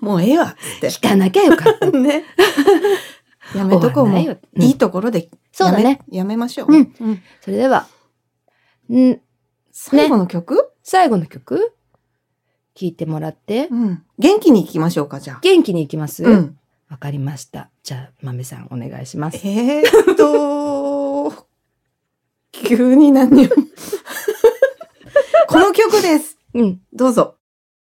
Speaker 2: もうええわ、って。
Speaker 1: かなきゃよかった。
Speaker 2: ね。やめと
Speaker 1: 終わ
Speaker 2: こう
Speaker 1: ん
Speaker 2: も。
Speaker 1: ないうようん
Speaker 2: いいところで
Speaker 1: そうだね。
Speaker 2: やめましょう。
Speaker 1: うんそれでは、ん
Speaker 2: 最後の曲、
Speaker 1: 最後の曲聞いてもらって、
Speaker 2: うん、元気に行きましょうか、じゃあ。
Speaker 1: 元気にいきますわ、
Speaker 2: うん。
Speaker 1: かりました。じゃあ、豆さんお願いします。
Speaker 2: えー、っと、 急に何を。この曲です。
Speaker 1: うん。Mm.
Speaker 2: どうぞ。